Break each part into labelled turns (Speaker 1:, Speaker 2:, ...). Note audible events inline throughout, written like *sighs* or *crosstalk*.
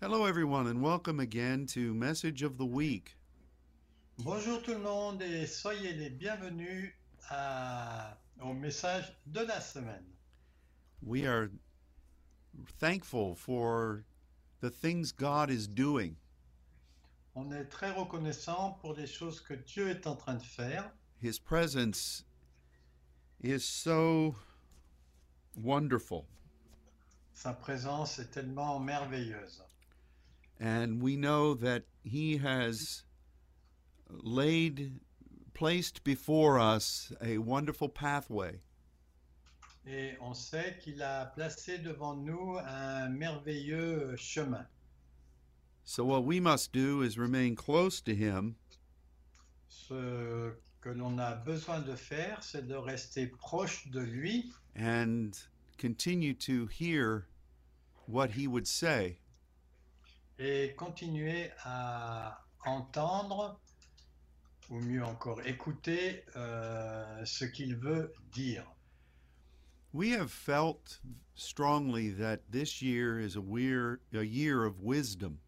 Speaker 1: Hello, everyone, and welcome again to Message of the Week.
Speaker 2: Bonjour tout le monde et soyez les bienvenus à, au message de la semaine.
Speaker 1: We are thankful for the things God is doing.
Speaker 2: On est très reconnaissant pour les choses que Dieu est en train de faire.
Speaker 1: His presence is so wonderful,
Speaker 2: Sa présence est tellement merveilleuse.
Speaker 1: and we know that He has laid, placed before us a wonderful pathway.
Speaker 2: Et on sait qu'il a placé devant nous un merveilleux chemin.
Speaker 1: So, what we must do is remain close to Him
Speaker 2: Ce que l'on a besoin de faire, c'est de rester proche de lui
Speaker 1: and continue to hear what He would say.
Speaker 2: et continuer à entendre, ou mieux encore, écouter euh, ce qu'il veut dire.
Speaker 1: We have felt strongly that this year is a, weir, a year of wisdom.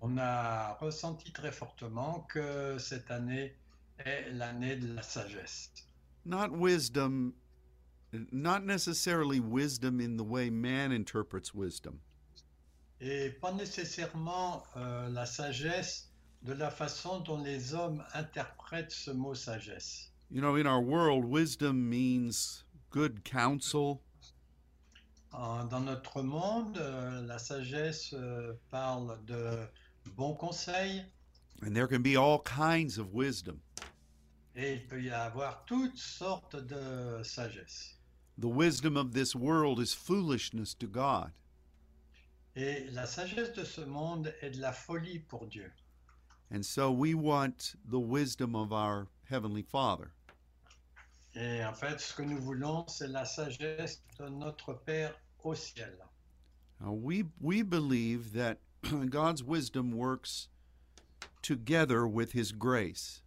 Speaker 2: On a ressenti très fortement que cette année est l'année de la sagesse.
Speaker 1: Not wisdom, not necessarily wisdom in the way man interprets wisdom,
Speaker 2: Et pas nécessairement euh, la sagesse de la façon dont les hommes interprètent ce mot sagesse.
Speaker 1: You know, in our world, wisdom means good counsel,
Speaker 2: En- dans notre monde, euh, la sagesse euh, parle de bons conseils
Speaker 1: and there can be all kinds of wisdom.
Speaker 2: et il peut y avoir toutes sortes de sagesse.
Speaker 1: The wisdom of this world is foolishness to God.
Speaker 2: Et la sagesse de ce monde est de la folie pour Dieu.
Speaker 1: And so we want the wisdom of our Heavenly Father.
Speaker 2: Et en fait, ce que nous voulons, c'est la sagesse de notre Père au ciel.
Speaker 1: Now, we, we believe that *clears throat* God's wisdom works together with His grace.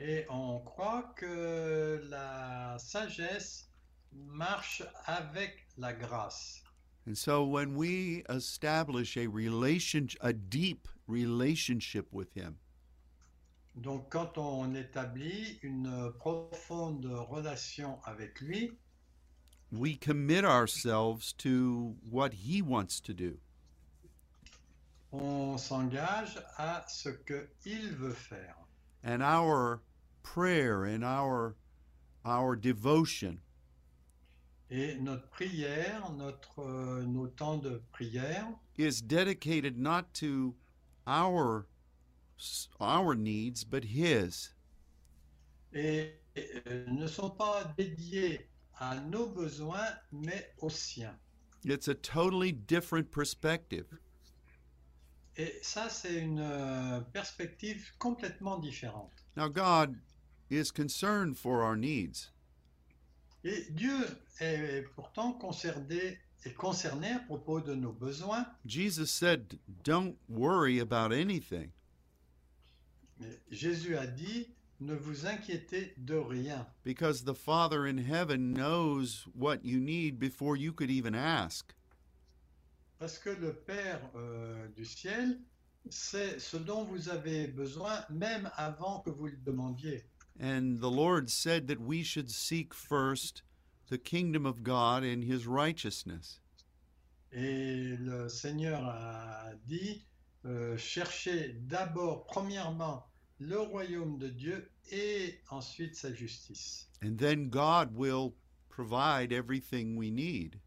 Speaker 2: Et on croit que la sagesse marche avec la grâce.
Speaker 1: And so when we establish a relation, a deep relationship with Him,
Speaker 2: Donc quand on établit une profonde relation avec lui,
Speaker 1: we commit ourselves to what He wants to do.
Speaker 2: on s'engage à ce qu'il veut faire.
Speaker 1: And our prayer and our, our devotion
Speaker 2: Et notre prière, notre, euh, nos temps de prière,
Speaker 1: is dedicated not to our, our needs, but His.
Speaker 2: et, et, euh, ne sont pas dédiés à nos besoins, mais aux siens.
Speaker 1: It's a totally different perspective.
Speaker 2: Et ça, c'est une euh, perspective complètement différente.
Speaker 1: Now, God is concerned for our needs,
Speaker 2: Et Dieu est pourtant concerné, est concerné à propos de nos besoins.
Speaker 1: Jesus said, Don't worry about anything.
Speaker 2: Mais Jésus a dit, ne vous inquiétez de rien,
Speaker 1: Because the Father in heaven knows what you need before you could even ask.
Speaker 2: parce que le Père euh, du ciel, c'est ce dont vous avez besoin même avant que vous le demandiez.
Speaker 1: And the Lord said that we should seek first the kingdom of God and his righteousness.
Speaker 2: Et le Seigneur a dit, euh, cherchez d'abord, premièrement, le royaume de Dieu et ensuite sa justice.
Speaker 1: And then God will provide everything we need.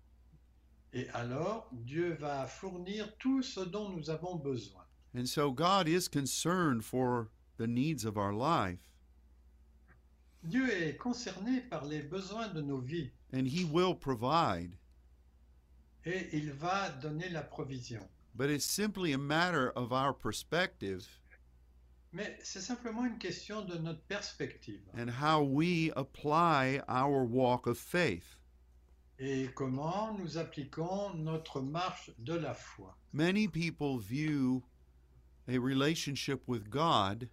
Speaker 2: Et alors, Dieu va fournir tout ce dont nous avons besoin.
Speaker 1: And so God is concerned for the needs of our life.
Speaker 2: Dieu est concerné par les besoins de nos vies
Speaker 1: and he will provide
Speaker 2: et il va donner la provision.
Speaker 1: but it's simply a matter of our perspective
Speaker 2: Mais c'est simplement une question de notre perspective
Speaker 1: and how we apply our walk of faith
Speaker 2: et comment nous appliquons notre marche de la foi.
Speaker 1: many people view a relationship with god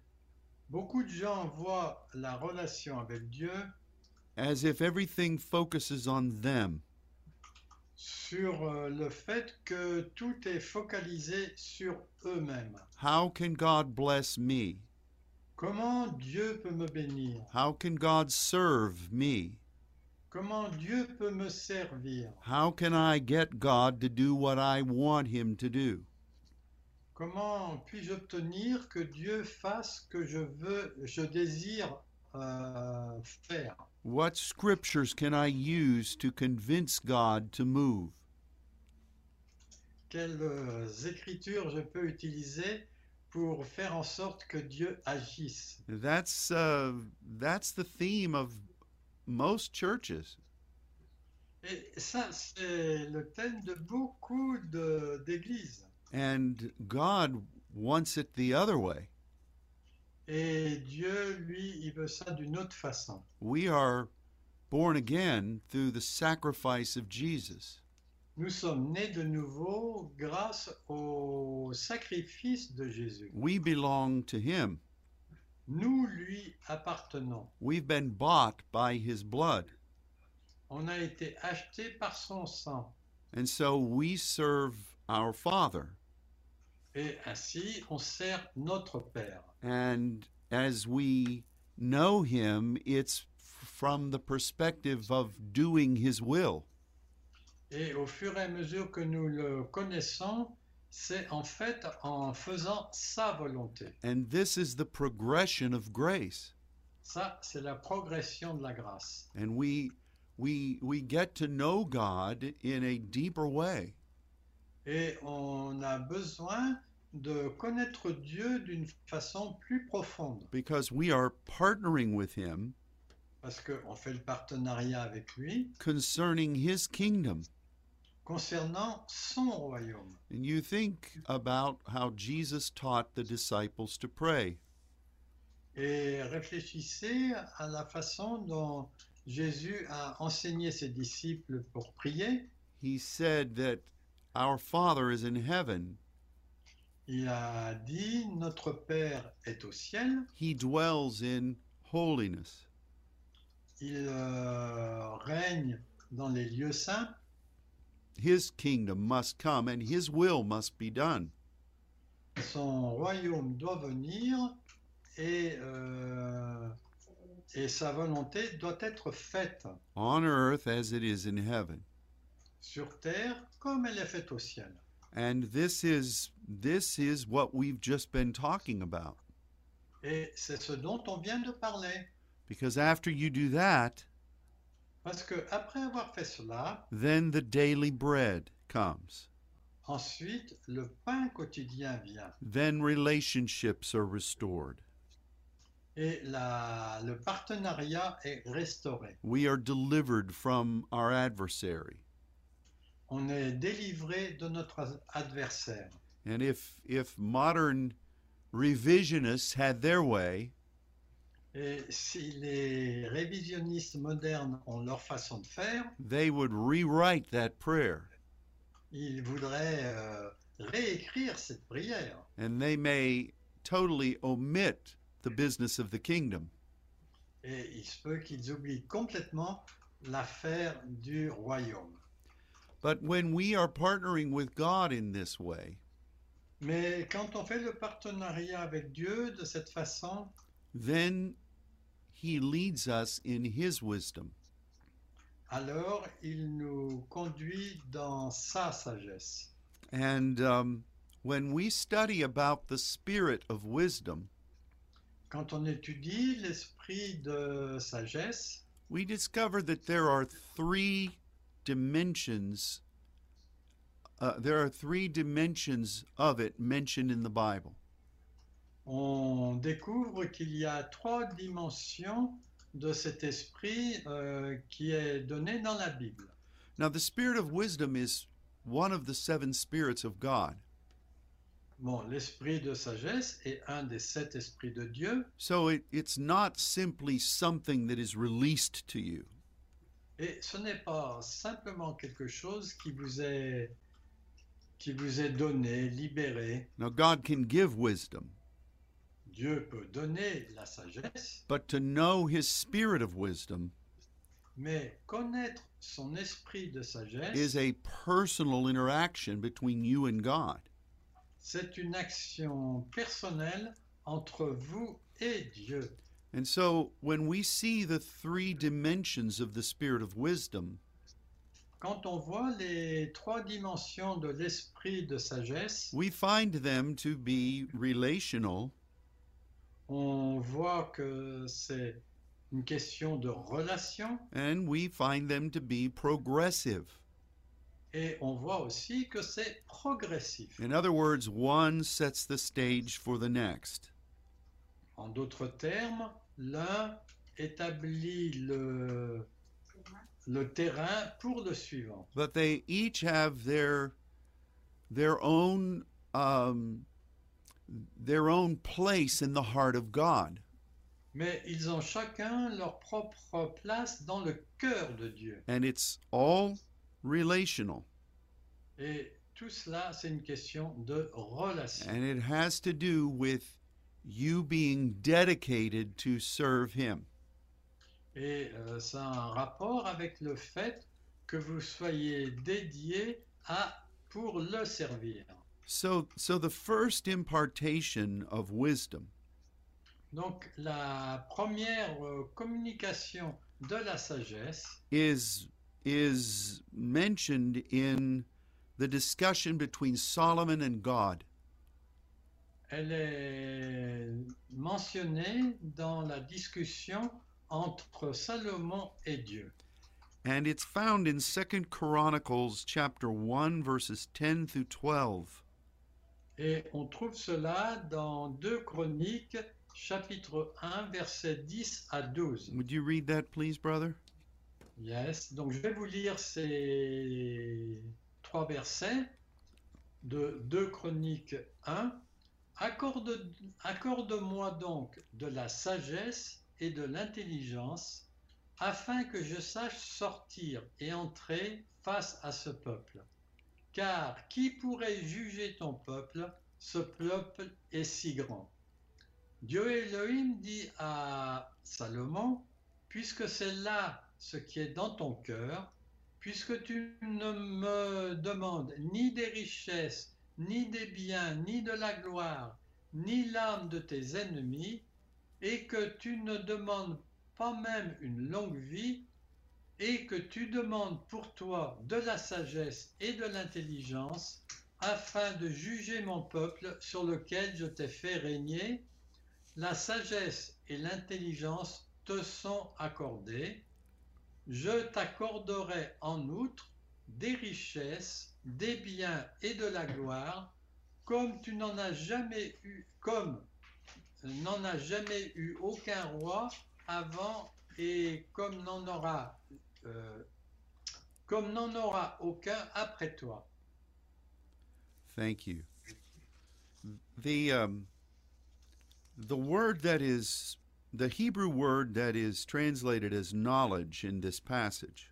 Speaker 2: Beaucoup de gens voient la relation avec Dieu
Speaker 1: as if everything focuses on them
Speaker 2: sur euh, le fait que tout est focalisé sur eux-mêmes.
Speaker 1: How can God bless me?
Speaker 2: Comment Dieu peut me bénir
Speaker 1: How can God serve me?
Speaker 2: Comment Dieu peut me servir
Speaker 1: How can I get God to do what I want Him to do?
Speaker 2: Comment puis-je obtenir que Dieu fasse ce que je veux, je désire euh, faire
Speaker 1: What scriptures can I use to convince God to move?
Speaker 2: Quelles euh, écritures je peux utiliser pour faire en sorte que Dieu agisse
Speaker 1: That's uh, that's the theme of most churches.
Speaker 2: Et ça, c'est le thème de beaucoup de- d'églises.
Speaker 1: And God wants it the other way.
Speaker 2: Et Dieu, lui, il veut ça d'une autre façon.
Speaker 1: We are born again through the sacrifice of Jesus.
Speaker 2: Nous sommes nés de nouveau grâce au sacrifice de Jésus.
Speaker 1: We belong to Him.
Speaker 2: Nous lui appartenons.
Speaker 1: We've been bought by His blood.
Speaker 2: On a été achetés par son sang.
Speaker 1: And so we serve our Father.
Speaker 2: Et ainsi, on sert notre Père.
Speaker 1: And as we know Him, it's from the perspective of doing His will.
Speaker 2: Et au fur et à mesure que nous le connaissons, c'est en fait en faisant sa volonté.
Speaker 1: And this is the progression of grace.
Speaker 2: Ça, c'est la progression de la grâce.
Speaker 1: and we we we get to know God in a deeper way.
Speaker 2: Et on a besoin de connaître Dieu d'une façon plus profonde,
Speaker 1: because we are partnering with him
Speaker 2: parce qu'on fait le partenariat avec lui
Speaker 1: concerning his kingdom.
Speaker 2: concernant son royaume.
Speaker 1: And you think about how Jesus taught the disciples to pray.
Speaker 2: Et réfléchissez à la façon dont Jésus a enseigné ses disciples pour prier.
Speaker 1: He said that our Father is in heaven.
Speaker 2: Il a dit, Notre Père est au ciel.
Speaker 1: He dwells in holiness.
Speaker 2: Il euh, règne dans les lieux saints.
Speaker 1: His kingdom must come and his will must be done.
Speaker 2: Son royaume doit venir et, euh, et sa volonté doit être faite
Speaker 1: On earth as it is in heaven.
Speaker 2: sur terre comme elle est faite au ciel.
Speaker 1: And this is this is what we've just been talking about.
Speaker 2: Et c'est ce dont on vient de parler.
Speaker 1: Because after you do that,
Speaker 2: Parce que après avoir fait cela,
Speaker 1: then the daily bread comes.
Speaker 2: ensuite le pain quotidien vient
Speaker 1: Then relationships are restored.
Speaker 2: et la- le partenariat est restauré.
Speaker 1: We are delivered from our adversary.
Speaker 2: On est délivré de notre adversaire.
Speaker 1: And if if modern revisionists had their way,
Speaker 2: Et si les révisionnistes modernes ont leur façon de faire,
Speaker 1: they would rewrite that prayer.
Speaker 2: ils voudraient euh, réécrire cette prière
Speaker 1: And they may totally omit the business of the kingdom.
Speaker 2: et il se peut qu'ils oublient complètement l'affaire du royaume.
Speaker 1: But when we are partnering with God in this way,
Speaker 2: Mais quand on fait le partenariat avec Dieu de cette façon,
Speaker 1: then he leads us in his wisdom.
Speaker 2: alors il nous conduit dans sa sagesse.
Speaker 1: And um, when we study about the spirit of wisdom,
Speaker 2: Quand on étudie l'esprit de sagesse,
Speaker 1: we discover that there are three dimensions. Uh, there are three dimensions of it mentioned in the Bible.
Speaker 2: on découvre qu'il y a trois dimensions de cet esprit euh, qui est donné dans la Bible.
Speaker 1: Now, the spirit of wisdom is one of the seven spirits of God.
Speaker 2: Bon, l'esprit de sagesse est un des sept esprits de Dieu,
Speaker 1: So it, it's not simply something that is released to you.
Speaker 2: et ce n'est pas simplement quelque chose qui vous est qui vous est donné, libéré.
Speaker 1: Now, God can give wisdom,
Speaker 2: Dieu peut donner la sagesse,
Speaker 1: but to know his spirit of wisdom
Speaker 2: Mais connaître son esprit de sagesse,
Speaker 1: is a personal interaction between you and God.
Speaker 2: c'est une action personnelle entre vous et Dieu.
Speaker 1: And so when we see the three dimensions of the spirit of wisdom,
Speaker 2: Quand on voit les trois dimensions de l'esprit de sagesse,
Speaker 1: we find them to be relational,
Speaker 2: on voit que c'est une question de relation
Speaker 1: and we find them to be progressive.
Speaker 2: et on voit aussi que c'est progressif.
Speaker 1: In other words, one sets the stage for the next.
Speaker 2: En d'autres termes, l'un établit le, le terrain pour le suivant.
Speaker 1: But they each have their their own um, their own place in the heart of God.
Speaker 2: Mais ils ont chacun leur propre place dans le cœur de Dieu.
Speaker 1: And it's all relational.
Speaker 2: Et tout cela, c'est une question de relation.
Speaker 1: And it has to do with you being dedicated to serve Him.
Speaker 2: Et euh, ça a un rapport avec le fait que vous soyez dédié à pour le servir.
Speaker 1: So, so the first impartation of wisdom
Speaker 2: Donc la première euh, communication de la sagesse,
Speaker 1: is is mentioned in the discussion between Solomon and God.
Speaker 2: Elle est mentionnée dans la discussion entre Salomon et Dieu.
Speaker 1: And it's found in 2 Chronicles chapter 1 verses 10 through 12.
Speaker 2: Et on trouve cela dans 2 Chroniques, chapitre 1, versets 10 à 12.
Speaker 1: Would you read that please, brother?
Speaker 2: Yes. Donc je vais vous lire ces trois versets de 2 Chroniques 1. Accorde- Accorde-moi donc de la sagesse et de l'intelligence, afin que je sache sortir et entrer face à ce peuple. Car qui pourrait juger ton peuple Ce peuple est si grand. Dieu Elohim dit à Salomon, puisque c'est là ce qui est dans ton cœur, puisque tu ne me demandes ni des richesses, ni des biens, ni de la gloire, ni l'âme de tes ennemis, et que tu ne demandes pas même une longue vie, et que tu demandes pour toi de la sagesse et de l'intelligence, afin de juger mon peuple sur lequel je t'ai fait régner, la sagesse et l'intelligence te sont accordées. Je t'accorderai en outre des richesses, des biens et de la gloire, comme tu n'en as jamais eu, comme n'en a jamais eu aucun roi avant et comme n'en aura, euh, comme n'en aura aucun après toi.
Speaker 1: Thank you. The um, the word that is the Hebrew word that is translated as knowledge in this passage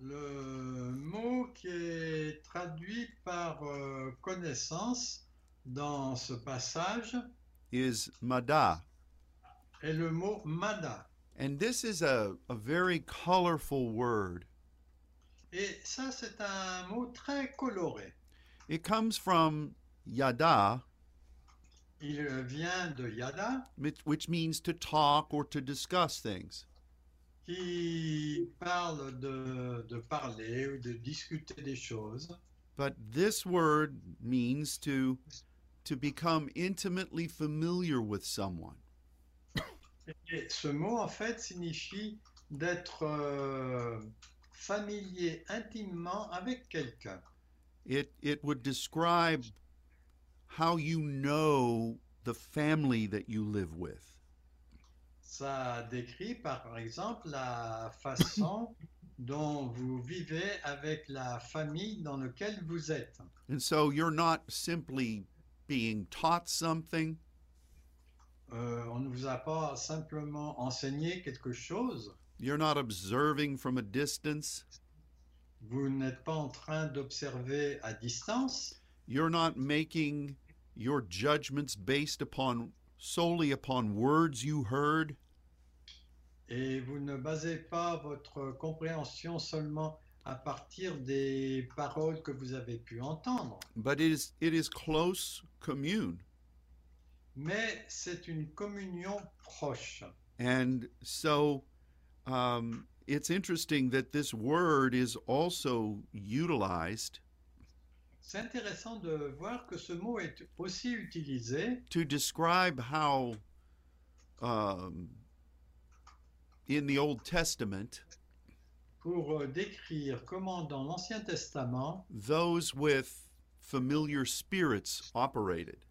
Speaker 2: Le mot qui est traduit par euh, connaissance dans ce passage
Speaker 1: is madah,
Speaker 2: est le mot mada.
Speaker 1: and this is a, a very colorful word.
Speaker 2: Et ça, c'est un mot très coloré.
Speaker 1: It comes from yada,
Speaker 2: Il euh, vient de yada,
Speaker 1: mit- which means to talk or to discuss things,
Speaker 2: qui parle de, de parler ou de discuter des choses.
Speaker 1: but this word means to to become intimately familiar with someone.
Speaker 2: Et ce mot, en fait, signifie d'être euh, familier intimement avec quelqu'un.
Speaker 1: it it would describe how you know the family that you live with
Speaker 2: Ça décrit par exemple la façon dont vous vivez avec la famille dans laquelle vous êtes.
Speaker 1: and so you're not simply being taught something
Speaker 2: Euh, on ne vous a pas simplement enseigné quelque chose,
Speaker 1: you're not observing from a distance
Speaker 2: vous n'êtes pas en train d'observer à distance,
Speaker 1: you're not making your judgments based upon solely upon words you heard
Speaker 2: et vous ne basez pas votre compréhension seulement à partir des paroles que vous avez pu entendre,
Speaker 1: but it is, it is close commune.
Speaker 2: mais c'est une communion proche.
Speaker 1: And so um, it's interesting that this word is also utilized
Speaker 2: C'est intéressant de voir que ce mot est aussi utilisé
Speaker 1: to describe how um, in the Old Testament,
Speaker 2: pour euh, décrire comment dans l'Ancien Testament,
Speaker 1: those with familiar spirits operated.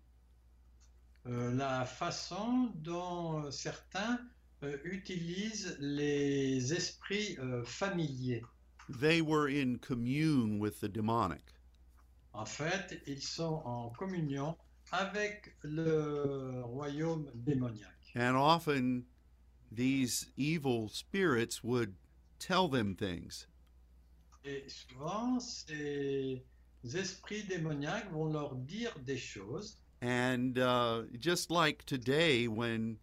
Speaker 2: euh, la façon dont euh, certains euh, utilisent les esprits euh, familiers.
Speaker 1: They were in commune with the demonic.
Speaker 2: En fait, ils sont en communion avec le royaume démoniaque.
Speaker 1: And often these evil spirits would tell them things.
Speaker 2: Et souvent, ces esprits démoniaques vont leur dire des choses.
Speaker 1: And uh, just like today, when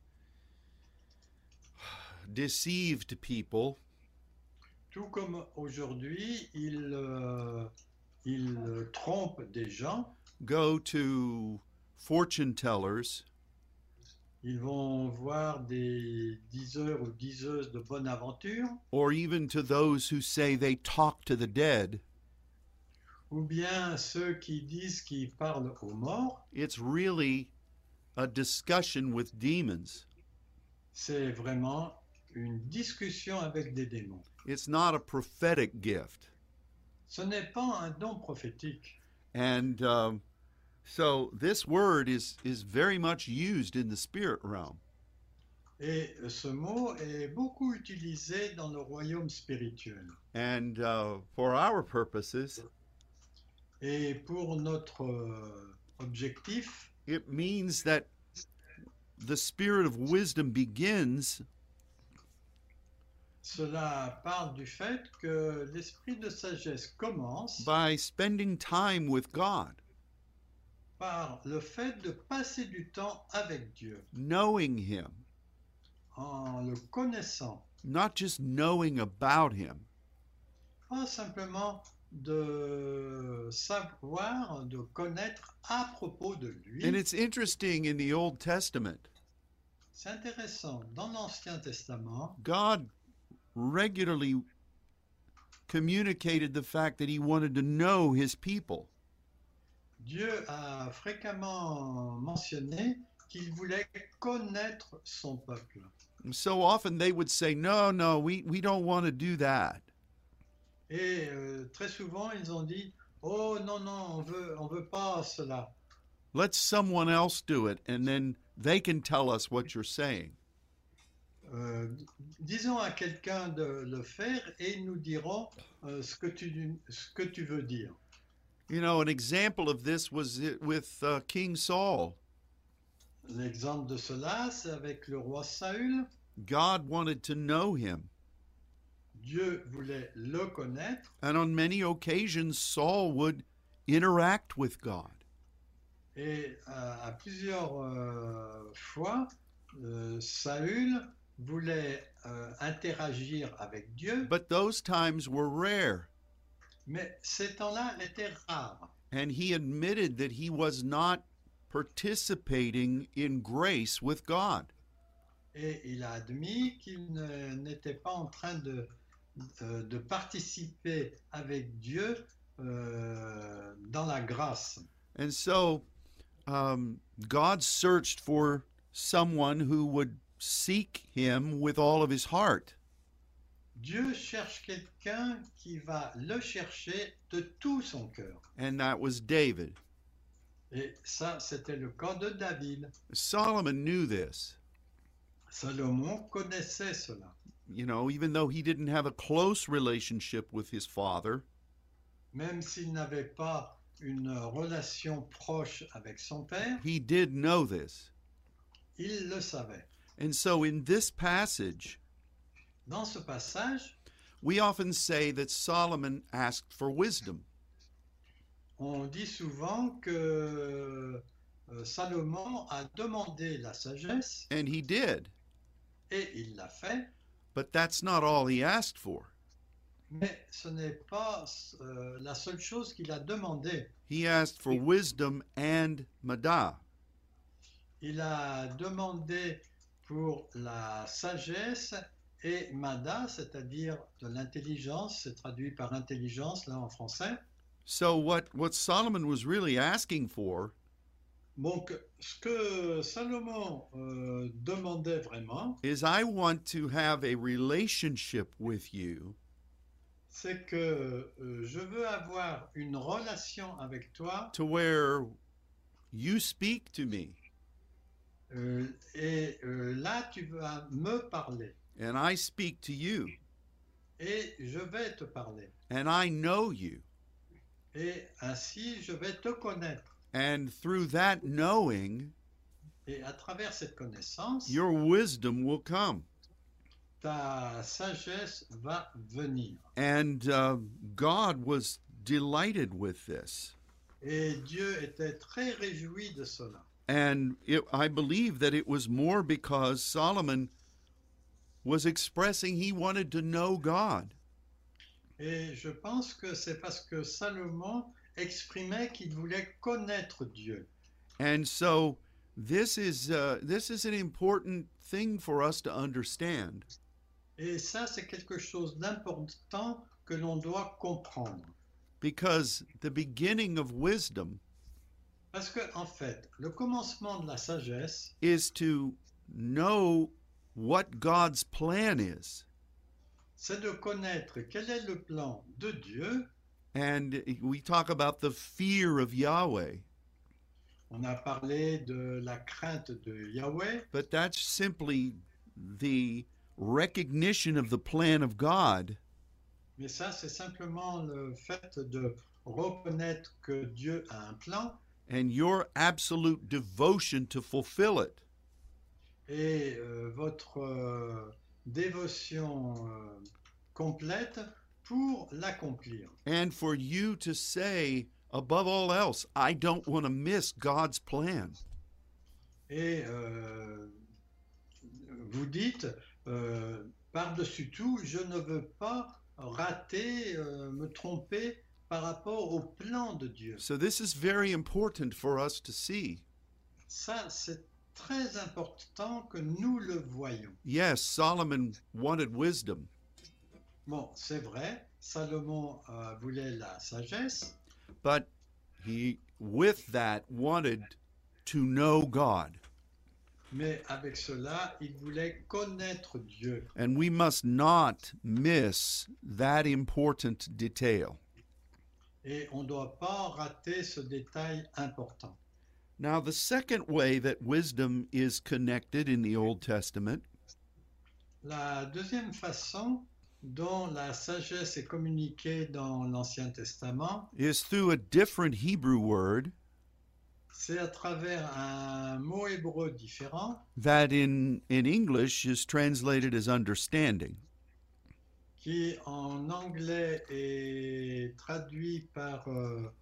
Speaker 1: *sighs* deceived people
Speaker 2: Tout comme aujourd'hui, ils, euh, ils euh, trompent des gens.
Speaker 1: go to fortune tellers
Speaker 2: Ils vont voir des diseurs ou diseuses de bonne aventure,
Speaker 1: or even to those who say they talk to the dead,
Speaker 2: ou bien ceux qui disent qu'ils parlent aux morts.
Speaker 1: it's really a discussion with demons.
Speaker 2: C'est vraiment une discussion avec des démons.
Speaker 1: It's not a prophetic gift.
Speaker 2: Ce n'est pas un don prophétique.
Speaker 1: And um, so this word is, is very much used in the spirit realm.
Speaker 2: Et ce mot est beaucoup utilisé dans le royaume spirituel.
Speaker 1: And uh, for our purposes,
Speaker 2: Et pour notre euh, objectif,
Speaker 1: it means that the spirit of wisdom begins
Speaker 2: cela part du fait que l'esprit de sagesse commence
Speaker 1: by spending time with God,
Speaker 2: par le fait de passer du temps avec Dieu,
Speaker 1: knowing Him,
Speaker 2: en le connaissant,
Speaker 1: not just knowing about Him,
Speaker 2: pas simplement de savoir, de connaître à propos de
Speaker 1: And
Speaker 2: lui.
Speaker 1: it's interesting in the Old Testament,
Speaker 2: C'est intéressant, dans l'Ancien Testament,
Speaker 1: God regularly communicated the fact that he wanted to know his people.
Speaker 2: Dieu a fréquemment mentionné qu'il voulait connaître son peuple.
Speaker 1: And so often they would say, No, no, we, we don't want to do that.
Speaker 2: Et euh, très souvent, ils ont dit, oh non, non, on veut, on veut pas cela.
Speaker 1: Let someone else do it, and then they can tell us what you're saying.
Speaker 2: Euh, disons à quelqu'un de le faire et ils nous diront euh, ce, que tu, ce que tu veux dire.
Speaker 1: You know, an example of this was it with uh, King Saul.
Speaker 2: L'exemple de cela, c'est avec le roi Saül.
Speaker 1: God wanted to know him.
Speaker 2: Dieu voulait le connaître
Speaker 1: And on many occasions, Saul would interact with God.
Speaker 2: et à, à plusieurs euh, fois, euh, Saül voulait euh, interagir avec Dieu,
Speaker 1: But those times were rare.
Speaker 2: mais ces temps-là étaient rares.
Speaker 1: And he admitted that he was not participating in grace with God.
Speaker 2: Et il a admis qu'il ne- n'était pas en train de, de- de participer avec Dieu euh, dans la grâce.
Speaker 1: And so um, God searched for someone who would seek him with all of his heart.
Speaker 2: Dieu cherche quelqu'un qui va le chercher de tout son cœur.
Speaker 1: And that was David.
Speaker 2: Et ça, c'était le cas de David.
Speaker 1: Solomon knew this,
Speaker 2: Salomon connaissait cela.
Speaker 1: you know, even though he didn't have a close relationship with his father,
Speaker 2: Même s'il n'avait pas une relation proche avec son père,
Speaker 1: he did know this.
Speaker 2: il le savait.
Speaker 1: And so in this passage,
Speaker 2: Dans ce passage,
Speaker 1: we often say that Solomon asked for wisdom.
Speaker 2: On dit souvent que euh, Salomon a demandé la sagesse
Speaker 1: And he did.
Speaker 2: et il l'a fait,
Speaker 1: But that's not all he asked for.
Speaker 2: Mais ce n'est pas euh, la seule chose qu'il a demandé.
Speaker 1: He asked for wisdom and madah.
Speaker 2: Il a demandé pour la sagesse et Mada, c'est-à-dire de l'intelligence, c'est traduit par intelligence là en français.
Speaker 1: So what what Solomon was really asking for
Speaker 2: Donc, ce que Salomon euh, demandait vraiment,
Speaker 1: is I want to have a relationship with you
Speaker 2: c'est que euh, je veux avoir une relation avec toi
Speaker 1: to where you speak to me
Speaker 2: euh, et euh, là, tu vas me parler
Speaker 1: and I speak to you
Speaker 2: et je vais te parler.
Speaker 1: and I know you
Speaker 2: Et ainsi, je vais te connaître.
Speaker 1: and through that knowing
Speaker 2: Et à travers cette connaissance,
Speaker 1: your wisdom will come
Speaker 2: ta sagesse va venir.
Speaker 1: and uh, God was delighted with this
Speaker 2: Et Dieu était très réjoui de cela.
Speaker 1: and it, I believe that it was more because Solomon was expressing he wanted to know God
Speaker 2: Et je pense que c'est parce que Salomon exprimait qu'il voulait connaître Dieu.
Speaker 1: And so this is uh, this is an important thing for us to understand
Speaker 2: Et ça, c'est quelque chose d'important que l'on doit comprendre.
Speaker 1: because the beginning of wisdom
Speaker 2: Parce que, en fait, le commencement de la sagesse,
Speaker 1: is to know what God's plan is.
Speaker 2: c'est de connaître quel est le plan de Dieu.
Speaker 1: And we talk about the fear of Yahweh,
Speaker 2: On a parlé de la crainte de Yahweh,
Speaker 1: but that's simply the recognition of the plan of God
Speaker 2: mais ça, c'est simplement le fait de reconnaître que Dieu a un plan
Speaker 1: and your absolute devotion to fulfill it.
Speaker 2: et euh, votre euh, dévotion euh, complète pour l'accomplir.
Speaker 1: and for you to say above all else i don't want to miss god's plan
Speaker 2: Et euh, vous dites, euh, par-dessus tout, je ne veux pas rater, euh, me tromper par rapport au plan de Dieu.
Speaker 1: so this is very important for us to see
Speaker 2: Ça, c'est très important que nous le voyons.
Speaker 1: yes solomon wanted wisdom
Speaker 2: Bon, c'est vrai, Salomon euh, voulait la sagesse,
Speaker 1: but he with that wanted to know god
Speaker 2: mais avec cela, il voulait connaître Dieu.
Speaker 1: and we must not miss that important detail
Speaker 2: Et on ne doit pas rater ce détail important.
Speaker 1: now the second way that wisdom is connected in the old testament
Speaker 2: La deuxième façon dont la sagesse est communiquée dans l'Ancien Testament,
Speaker 1: is through a different hebrew word
Speaker 2: c'est à travers un mot hébreu différent
Speaker 1: that in, in English is translated as understanding.
Speaker 2: qui en anglais est traduit par euh,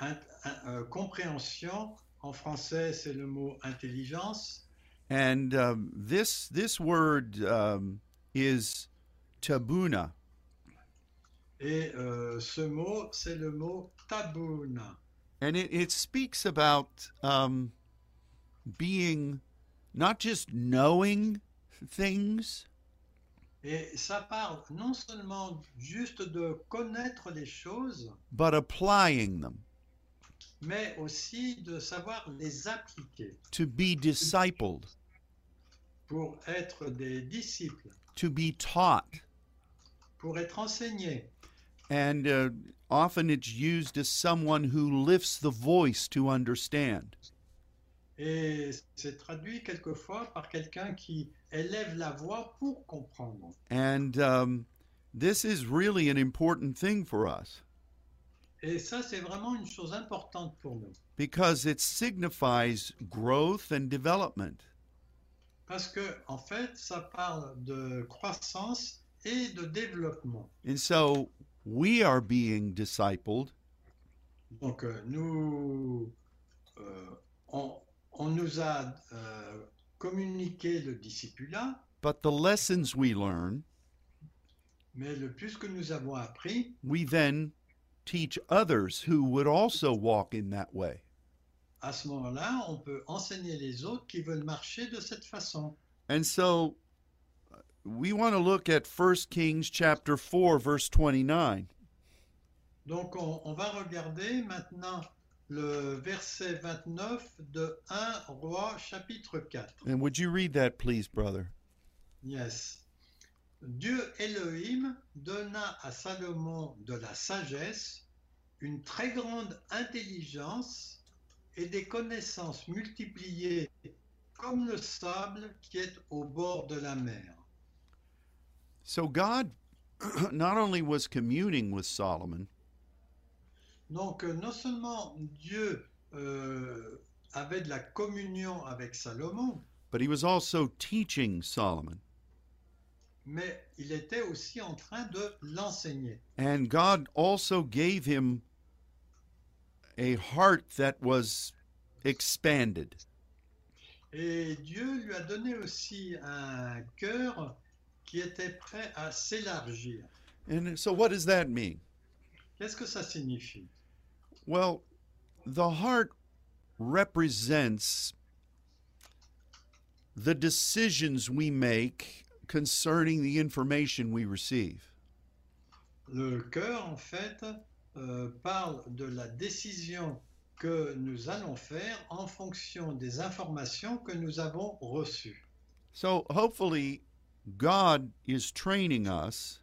Speaker 2: int- un- euh, compréhension. En français, c'est le mot intelligence.
Speaker 1: And um, this, this word um, is tabuna.
Speaker 2: Et euh, ce mot, c'est le mot tabouna.
Speaker 1: And it, it speaks about um, being not just knowing things,
Speaker 2: Et ça parle non seulement juste de connaître les choses,
Speaker 1: but applying them,
Speaker 2: mais aussi de savoir les appliquer.
Speaker 1: to be discipled,
Speaker 2: pour être des disciples,
Speaker 1: to be taught.
Speaker 2: pour être enseignés.
Speaker 1: And uh, often it's used as someone who lifts the voice to understand.
Speaker 2: Et c'est traduit quelquefois par quelqu'un qui élève la voix pour comprendre.
Speaker 1: And um, this is really an important thing for us
Speaker 2: Et ça, c'est vraiment une chose importante pour nous.
Speaker 1: because it signifies growth and development.
Speaker 2: Parce que, en fait, ça parle de croissance et de développement.
Speaker 1: And so we are being discipled
Speaker 2: Donc, euh, nous, euh, on, on nous a euh, communiqué le discipulat,
Speaker 1: but the lessons we learn
Speaker 2: Mais le plus que nous avons appris,
Speaker 1: we then teach others who would also walk in that way.
Speaker 2: à ce moment-là, on peut enseigner les autres qui veulent marcher de cette façon.
Speaker 1: And so uh, we want to look at 1 Kings chapter 4 verse 29.
Speaker 2: Donc on, on va regarder maintenant le verset 29 de 1 Roi chapitre 4.
Speaker 1: And would you read that please, brother?
Speaker 2: Yes. Dieu Elohim donna à Salomon de la sagesse, une très grande intelligence et des connaissances multipliées comme le sable qui est au bord de la mer.
Speaker 1: So God *clears throat* not only was communing with Solomon,
Speaker 2: Donc euh, non seulement Dieu euh, avait de la communion avec Salomon,
Speaker 1: but he was also teaching Solomon.
Speaker 2: mais il était aussi en train de l'enseigner.
Speaker 1: And God also gave him a heart that was expanded.
Speaker 2: Et Dieu lui a donné aussi un cœur qui était prêt à s'élargir.
Speaker 1: And so, what does that mean?
Speaker 2: Qu'est-ce que ça signifie
Speaker 1: Well, the heart represents the decisions we make concerning the information we receive.
Speaker 2: Le cœur, en fait, euh, parle de la décision que nous allons faire en fonction des informations que nous avons reçues.
Speaker 1: So, hopefully, God is training us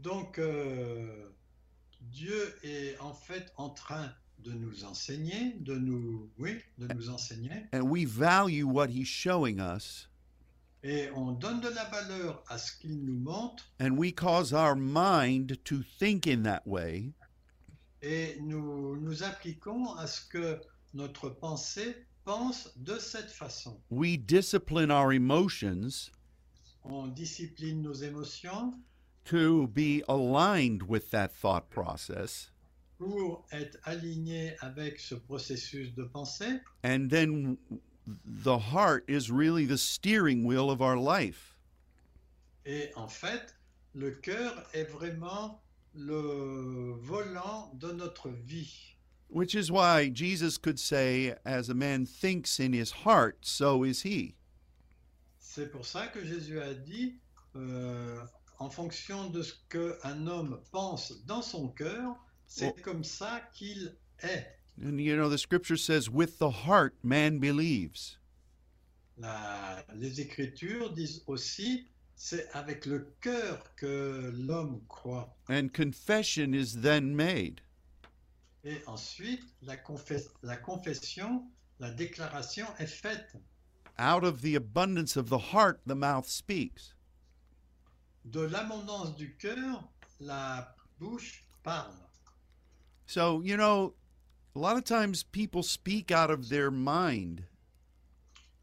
Speaker 2: Donc, euh, Dieu est en fait en train de nous enseigner, de nous, oui, de nous enseigner,
Speaker 1: and we value what He's showing us,
Speaker 2: et on donne de la valeur à ce qu'il nous montre,
Speaker 1: and we cause our mind to think in that way.
Speaker 2: et nous nous appliquons à ce que notre pensée pense de cette façon.
Speaker 1: We discipline our emotions
Speaker 2: On discipline nos émotions
Speaker 1: to be aligned with that thought process.
Speaker 2: pour être aligné avec ce processus de pensée,
Speaker 1: And then the heart is really the steering wheel of our life.
Speaker 2: et en fait, le cœur est vraiment le volant de notre vie.
Speaker 1: Which is why Jesus could say, As a man thinks in his heart, so is he.
Speaker 2: C'est pour ça que Jésus a dit, euh, en fonction de ce qu'un homme pense dans son cœur, c'est comme ça qu'il est.
Speaker 1: And you know, the scripture says, With the heart man believes.
Speaker 2: La- les Écritures disent aussi, c'est avec le cœur que l'homme croit.
Speaker 1: And confession is then made.
Speaker 2: Et ensuite, la, confes- la confession, la déclaration est faite.
Speaker 1: Out of the abundance of the heart, the mouth speaks.
Speaker 2: De l'abondance du cœur, la bouche parle.
Speaker 1: So, you know, a lot of times people speak out of their mind.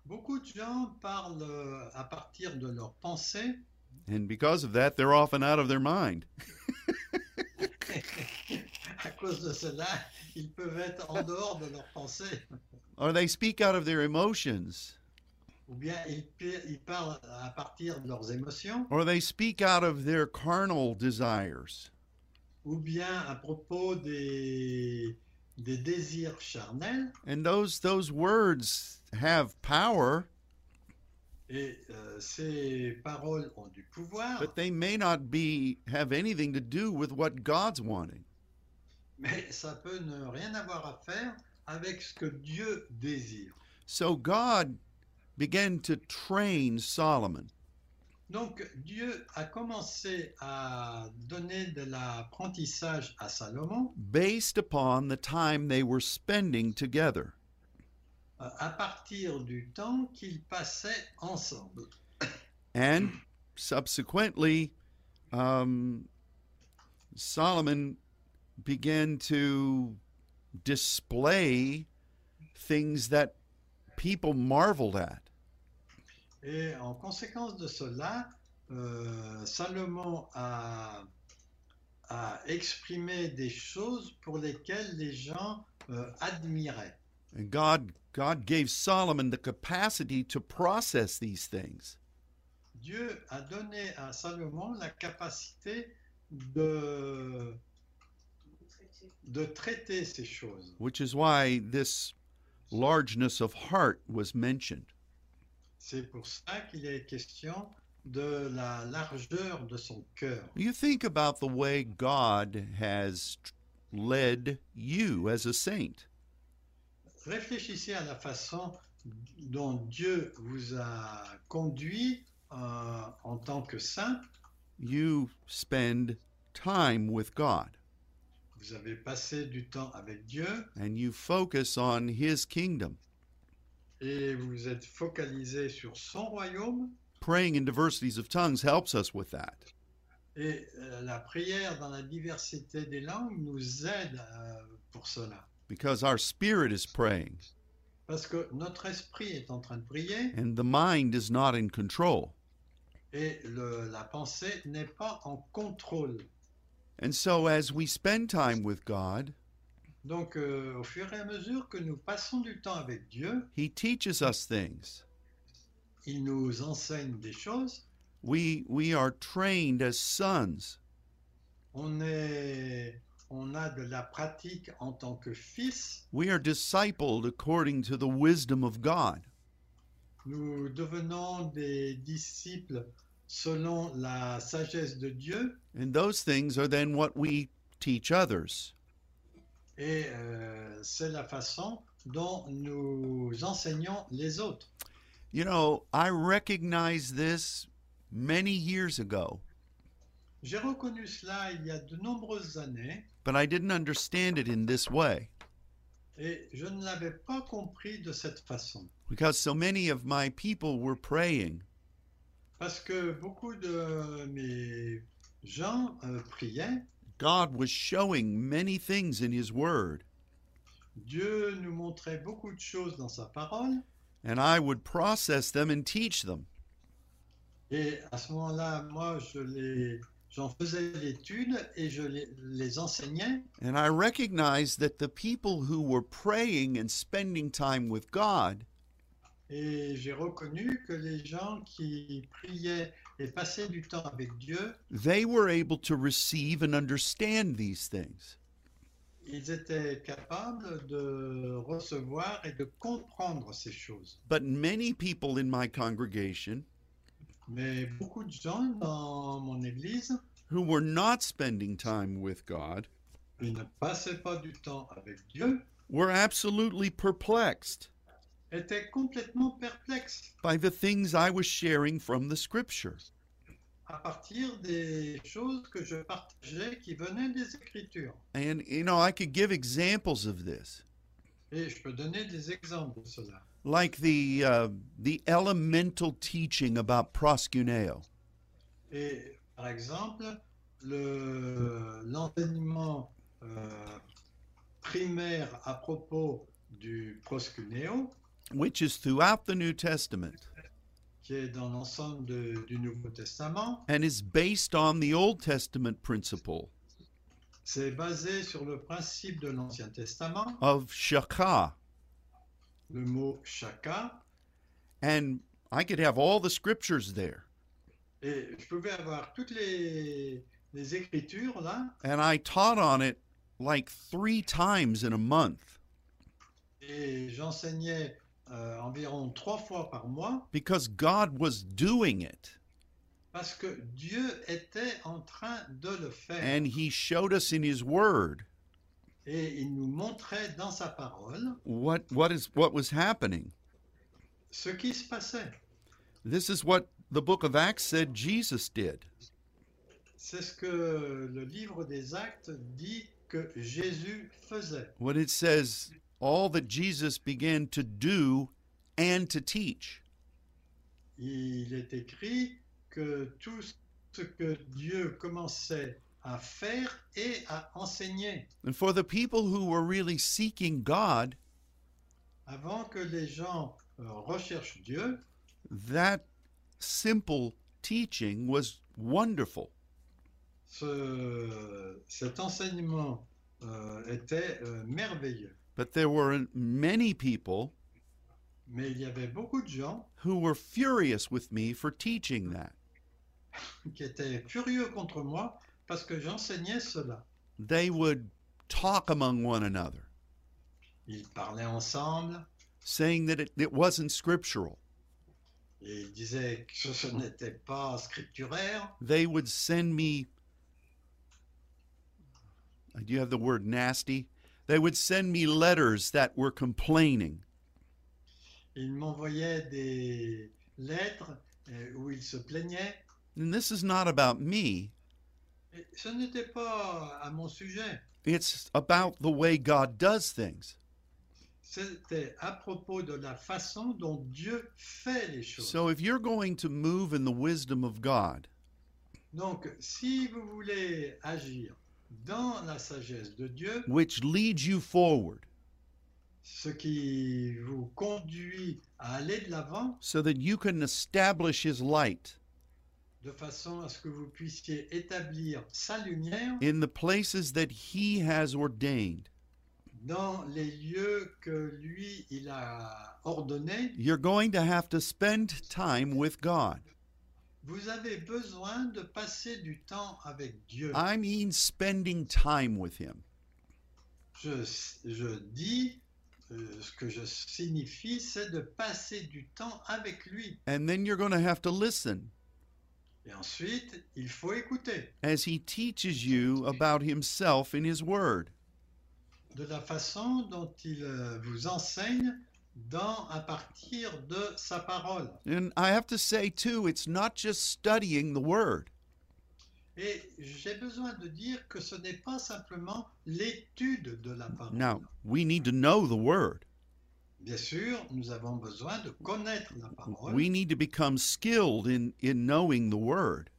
Speaker 2: Beaucoup de gens parlent euh, à partir de leurs pensées *laughs*
Speaker 1: And because of that, they're often out of their mind.
Speaker 2: à cause de cela, ils peuvent être en dehors de leurs pensées.
Speaker 1: Or they speak out of their emotions.
Speaker 2: Ou bien ils, pi- ils parlent à partir de leurs émotions,
Speaker 1: or they speak out of their carnal desires.
Speaker 2: ou bien à propos des, des désirs charnels.
Speaker 1: And those those words have power,
Speaker 2: Et euh, ces paroles ont du pouvoir,
Speaker 1: but they may not be have anything to do with what God's wanting.
Speaker 2: mais ça peut ne rien avoir à faire avec ce que Dieu désire.
Speaker 1: So God began to train Solomon.
Speaker 2: Donc Dieu a commencé à donner de l'apprentissage à Salomon
Speaker 1: based upon the time they were spending together.
Speaker 2: euh, à partir du temps qu'ils passaient ensemble.
Speaker 1: And subsequently, um, Solomon began to display things that people marveled at.
Speaker 2: Et en conséquence de cela, euh, Salomon a, a exprimé des choses pour lesquelles les gens euh, admiraient.
Speaker 1: And God, God gave Solomon the capacity to process these things.
Speaker 2: Dieu a donné à Salomon la capacité de, de traiter ces choses.
Speaker 1: which is why this largeness of heart was mentioned.
Speaker 2: C'est pour ça qu'il est question de la largeur de son cœur.
Speaker 1: You think about the way God has tr- led you as a saint.
Speaker 2: Réfléchissez à la façon dont Dieu vous a conduit euh, en tant que saint.
Speaker 1: You spend time with God
Speaker 2: Vous avez passé du temps avec Dieu
Speaker 1: and you focus on His kingdom,
Speaker 2: et vous êtes focalisé sur son royaume.
Speaker 1: Praying in diversities of tongues helps us with that.
Speaker 2: Et euh, la prière dans la diversité des langues nous aide euh, pour cela.
Speaker 1: because our spirit is praying
Speaker 2: Parce que notre esprit est en train de prier
Speaker 1: and the mind is not in control.
Speaker 2: et le- la pensée n'est pas en contrôle.
Speaker 1: And so, as we spend time with God,
Speaker 2: Donc, euh, au fur et à mesure que nous passons du temps avec Dieu,
Speaker 1: He teaches us things.
Speaker 2: il nous enseigne des choses.
Speaker 1: We, we are trained as sons,
Speaker 2: On, est, on a de la pratique en tant que fils.
Speaker 1: we are discipled according to the wisdom of God.
Speaker 2: Nous devenons des disciples selon la sagesse de Dieu.
Speaker 1: And those things are then what we teach others.
Speaker 2: Et euh, c'est la façon dont nous enseignons les autres.
Speaker 1: You know, I recognized this many years ago,
Speaker 2: J'ai reconnu cela il y a de nombreuses années
Speaker 1: but I didn't understand it in this way
Speaker 2: et je ne l'avais pas compris de cette façon.
Speaker 1: because so many of my people were praying.
Speaker 2: Parce que beaucoup de mes gens euh, priaient.
Speaker 1: God was showing many things in His Word,
Speaker 2: Dieu nous montrait beaucoup de choses dans sa parole.
Speaker 1: and I would process them and teach them.
Speaker 2: Et à ce moment-là, moi, je les, j'en faisais l'étude et je les, les enseignais.
Speaker 1: And I recognized that the people who were praying and spending time with God
Speaker 2: Et j'ai reconnu que les gens qui priaient et passaient du temps avec Dieu,
Speaker 1: they were able to receive and understand these things.
Speaker 2: ils étaient capables de recevoir et de comprendre ces choses.
Speaker 1: But many people in my congregation
Speaker 2: Mais beaucoup de gens dans mon église,
Speaker 1: who were not spending time with God
Speaker 2: ils ne passaient pas du temps avec Dieu,
Speaker 1: were absolutely perplexed
Speaker 2: étaient complètement perplexes
Speaker 1: by the things I was sharing from the Scripture.
Speaker 2: à partir des choses que je partageais qui venaient des Écritures.
Speaker 1: And, you know, I could give examples of this.
Speaker 2: Et je peux donner des exemples de cela.
Speaker 1: like the uh, the elemental teaching about proskuneo.
Speaker 2: Et par exemple, le- l'enseignement euh, primaire à propos du proscuneo,
Speaker 1: which is throughout the New Testament
Speaker 2: qui est dans l'ensemble de- du Nouveau Testament,
Speaker 1: and is based on the Old Testament principle
Speaker 2: c'est basé sur le principe de l'Ancien Testament,
Speaker 1: of shakah.
Speaker 2: le mot chaka.
Speaker 1: And I could have all the scriptures there,
Speaker 2: Et je pouvais avoir toutes les, les écritures là,
Speaker 1: and I taught on it like three times in a month
Speaker 2: et j'enseignais euh, environ trois fois par mois
Speaker 1: because God was doing it,
Speaker 2: parce que Dieu était en train de le faire.
Speaker 1: and He showed us in His Word
Speaker 2: Et il nous montrait dans sa parole
Speaker 1: what what is what was happening.
Speaker 2: ce qui se passait.
Speaker 1: This is what the Book of Acts said Jesus did.
Speaker 2: C'est ce que le livre des actes dit que Jésus faisait.
Speaker 1: when it says all that Jesus began to do and to teach.
Speaker 2: Il est écrit que tout ce que Dieu commençait à faire et à enseigner
Speaker 1: And for the people who were really seeking God,
Speaker 2: avant que les gens euh, recherchent Dieu,
Speaker 1: that simple teaching was wonderful.
Speaker 2: ce- cet enseignement euh, était euh, merveilleux.
Speaker 1: But there were many people
Speaker 2: Mais il y avait beaucoup de gens
Speaker 1: who were furious with me for teaching that.
Speaker 2: qui étaient furieux contre moi parce que j'enseignais cela.
Speaker 1: They would talk among one another,
Speaker 2: Ils parlaient ensemble
Speaker 1: saying that it, it wasn't scriptural.
Speaker 2: et ils disaient que ce, ce n'était pas scripturaire.
Speaker 1: They would send me. uh, Do you have the word nasty? They would send me letters that were complaining.
Speaker 2: Ils m'envoyaient des lettres euh, où ils se plaignaient.
Speaker 1: And this is not about me,
Speaker 2: Et ce n'était pas à mon sujet.
Speaker 1: it's about the way God does things.
Speaker 2: C'était à propos de la façon dont Dieu fait les choses.
Speaker 1: So if you're going to move in the wisdom of God,
Speaker 2: Donc, si vous voulez agir dans la sagesse de Dieu,
Speaker 1: which leads you forward
Speaker 2: ce qui vous conduit à aller de l'avant,
Speaker 1: so that you can establish his light
Speaker 2: de façon à ce que vous puissiez établir sa lumière
Speaker 1: in the places that he has ordained,
Speaker 2: dans les lieux que lui, il a ordonnés,
Speaker 1: you're going to have to spend time with God.
Speaker 2: vous avez besoin de passer du temps avec Dieu.
Speaker 1: I mean, spending time with him.
Speaker 2: Je, je dis, euh, ce que je signifie, c'est de passer du temps avec lui.
Speaker 1: And then you're going to have to listen
Speaker 2: Et ensuite, il faut écouter
Speaker 1: as he teaches you about himself in his word.
Speaker 2: de la façon dont il euh, vous enseigne dans, à partir de sa parole.
Speaker 1: And I have to say, too, it's not just studying the word,
Speaker 2: Et j'ai besoin de dire que ce n'est pas simplement l'étude de la parole.
Speaker 1: now, we need to know the word.
Speaker 2: Bien sûr, nous avons besoin de connaître la parole.
Speaker 1: We need to become skilled in, in knowing the word,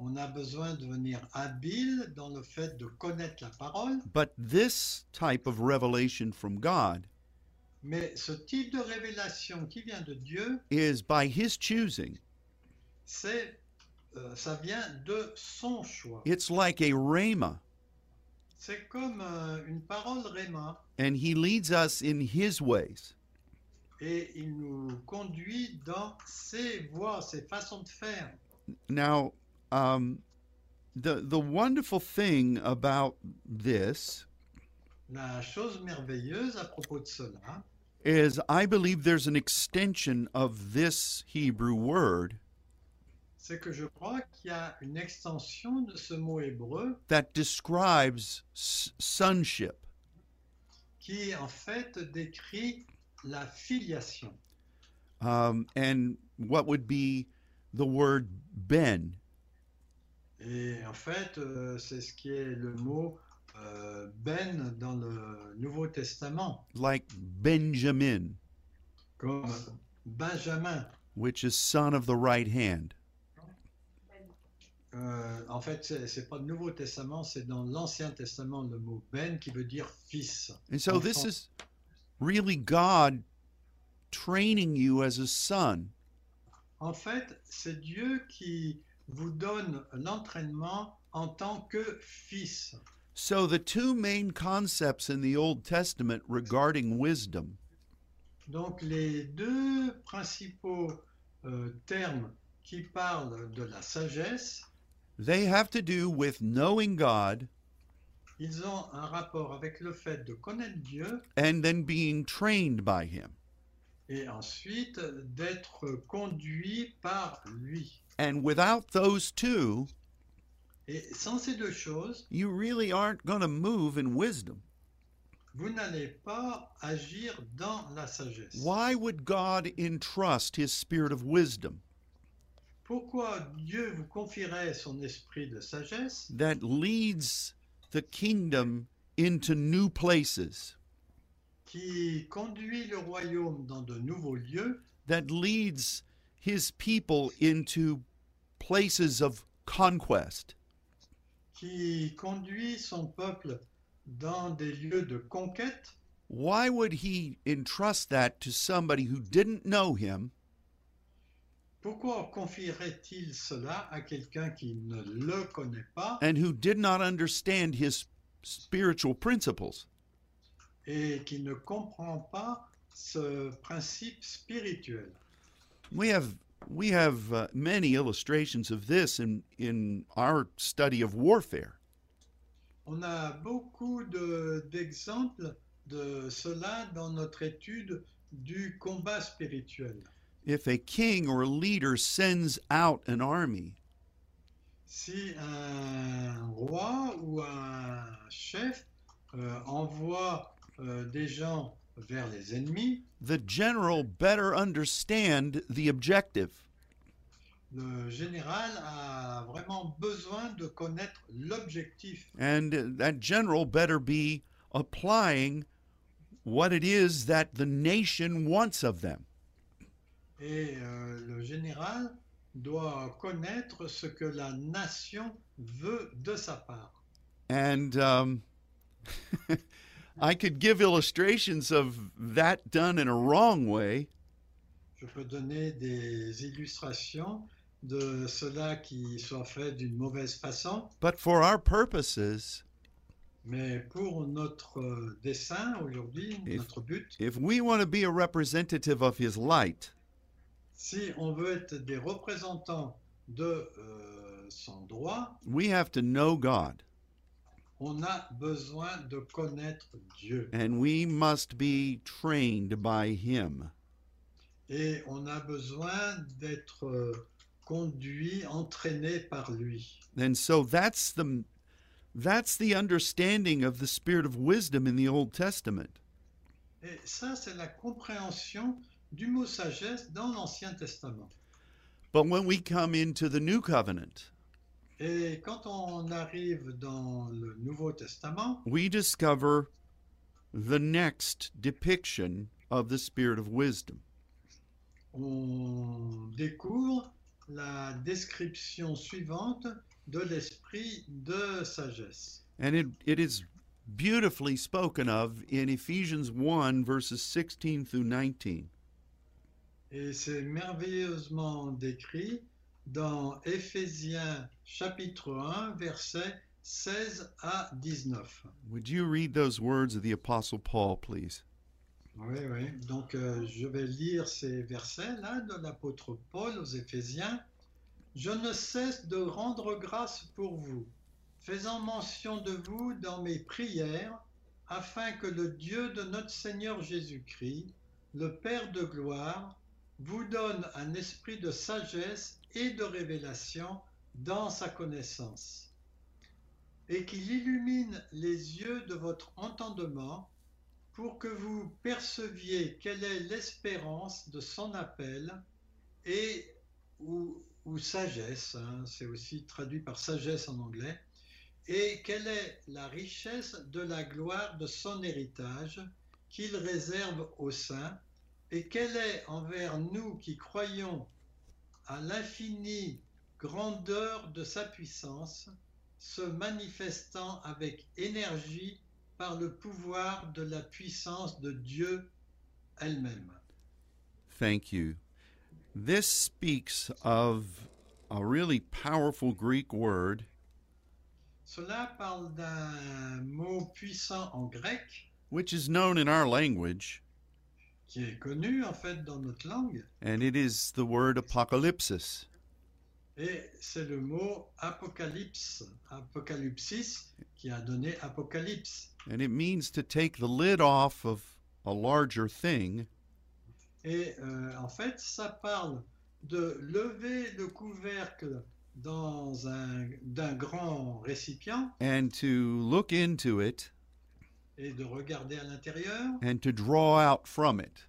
Speaker 2: On a besoin de devenir habile dans le fait de connaître la parole.
Speaker 1: but this type of revelation from God
Speaker 2: Mais ce type de révélation qui vient de Dieu,
Speaker 1: is by his choosing.
Speaker 2: c'est, euh, ça vient de son choix.
Speaker 1: It's like a rhema,
Speaker 2: C'est comme euh, une parole réma.
Speaker 1: and he leads us in his ways.
Speaker 2: Et il nous conduit dans ses voies, ses façons de faire.
Speaker 1: Now, um, the the wonderful thing about this
Speaker 2: La chose merveilleuse à propos de cela,
Speaker 1: is, I believe there's an extension of this Hebrew word
Speaker 2: c'est que je crois qu'il y a une extension de ce mot hébreu
Speaker 1: that describes s- sonship.
Speaker 2: qui en fait décrit la filiation
Speaker 1: um, and what would be the word ben.
Speaker 2: et en fait euh, c'est ce qui est le mot euh, ben dans le Nouveau Testament
Speaker 1: like Benjamin,
Speaker 2: comme Benjamin
Speaker 1: which is son of the right hand.
Speaker 2: Euh, en fait c'est c'est pas le Nouveau Testament c'est dans l'Ancien Testament le mot ben qui veut dire fils
Speaker 1: And so this is really God training you as a son.
Speaker 2: en fait c'est Dieu qui vous donne l'entraînement en tant que fils
Speaker 1: So the two main concepts in the Old Testament regarding wisdom
Speaker 2: Donc les deux principaux euh, termes qui parlent de la sagesse,
Speaker 1: they have to do with knowing God
Speaker 2: ils ont un rapport avec le fait de connaître Dieu
Speaker 1: and then being trained by him.
Speaker 2: et ensuite d'être conduit par lui.
Speaker 1: And without those two,
Speaker 2: Et sans ces deux choses,
Speaker 1: you really aren't going to move in wisdom.
Speaker 2: vous n'allez pas agir dans la sagesse.
Speaker 1: Why would God entrust his spirit of wisdom
Speaker 2: Pourquoi Dieu vous confierait son esprit de sagesse
Speaker 1: that leads the kingdom into new places,
Speaker 2: qui conduit le royaume dans de nouveaux lieux
Speaker 1: that leads his people into places of conquest?
Speaker 2: qui conduit son peuple dans des lieux de conquête,
Speaker 1: Why would he entrust that to somebody who didn't know him
Speaker 2: pourquoi confierait-il cela à quelqu'un qui ne le connaît pas
Speaker 1: and who did not understand his spiritual principles?
Speaker 2: et qui ne comprend pas ce principe spirituel.
Speaker 1: We have we have uh, many illustrations of this in in our study of warfare.
Speaker 2: On a beaucoup de- d'exemples de, cela dans notre étude du combat spirituel.
Speaker 1: If a king or a leader sends out an army,
Speaker 2: Si un roi ou un chef euh, envoie euh, des gens vers les ennemis,
Speaker 1: the general better understand the objective.
Speaker 2: le général a vraiment besoin de connaître l'objectif
Speaker 1: And uh, that general better be applying what it is that the nation wants of them.
Speaker 2: et euh, le général doit connaître ce que la nation veut de sa part.
Speaker 1: And um, *laughs* I could give illustrations of that done in a wrong way,
Speaker 2: Je peux donner des illustrations de cela qui soit fait d'une mauvaise façon,
Speaker 1: but for our purposes,
Speaker 2: mais pour notre euh, dessein aujourd'hui,
Speaker 1: Et-
Speaker 2: notre but,
Speaker 1: if we want to be a representative of His light,
Speaker 2: Si on veut être des représentants de euh, son droit,
Speaker 1: we have to know God
Speaker 2: on a besoin de connaître Dieu
Speaker 1: and we must be trained by Him.
Speaker 2: et on a besoin d'être euh, conduit, entraîné par lui.
Speaker 1: And so that's the that's the understanding of the spirit of wisdom in the Old Testament.
Speaker 2: Et ça, c'est la compréhension du mot sagesse dans l'Ancien Testament.
Speaker 1: But when we come into the new covenant,
Speaker 2: Et quand on arrive dans le Nouveau Testament,
Speaker 1: we discover the next depiction of the spirit of wisdom.
Speaker 2: on découvre la description suivante de l'esprit de sagesse.
Speaker 1: And it, it is beautifully spoken of in Ephesians 1 verses 16 through 19.
Speaker 2: Et c'est merveilleusement décrit dans Ephésiens chapitre 1, versets 16 à 19.
Speaker 1: Would you read those words of the apostle Paul, please?
Speaker 2: Oui, oui. Donc euh, je vais lire ces versets-là de l'apôtre Paul aux Éphésiens. Je ne cesse de rendre grâce pour vous, faisant mention de vous dans mes prières, afin que le Dieu de notre Seigneur Jésus-Christ, le Père de gloire, vous donne un esprit de sagesse et de révélation dans sa connaissance, et qu'il illumine les yeux de votre entendement pour que vous perceviez quelle est l'espérance de son appel et ou, ou sagesse, hein, c'est aussi traduit par sagesse en anglais, et quelle est la richesse de la gloire de son héritage qu'il réserve aux saints, et quelle est envers nous qui croyons à l'infinie grandeur de sa puissance, se manifestant avec énergie par le pouvoir de la puissance de Dieu elle-même.
Speaker 1: Thank you. This speaks of a really powerful Greek word
Speaker 2: Cela parle d'un mot puissant en grec
Speaker 1: which is known in our language,
Speaker 2: qui est connu en fait dans notre langue
Speaker 1: and it is the word apocalypsis.
Speaker 2: et c'est le mot apocalypse, apocalypsis qui a donné apocalypse
Speaker 1: And it means to take the lid off of a larger thing
Speaker 2: et euh, en fait ça parle de lever le couvercle dans un d'un grand récipient
Speaker 1: and to look into it
Speaker 2: et de regarder à l'intérieur
Speaker 1: and to draw out from it.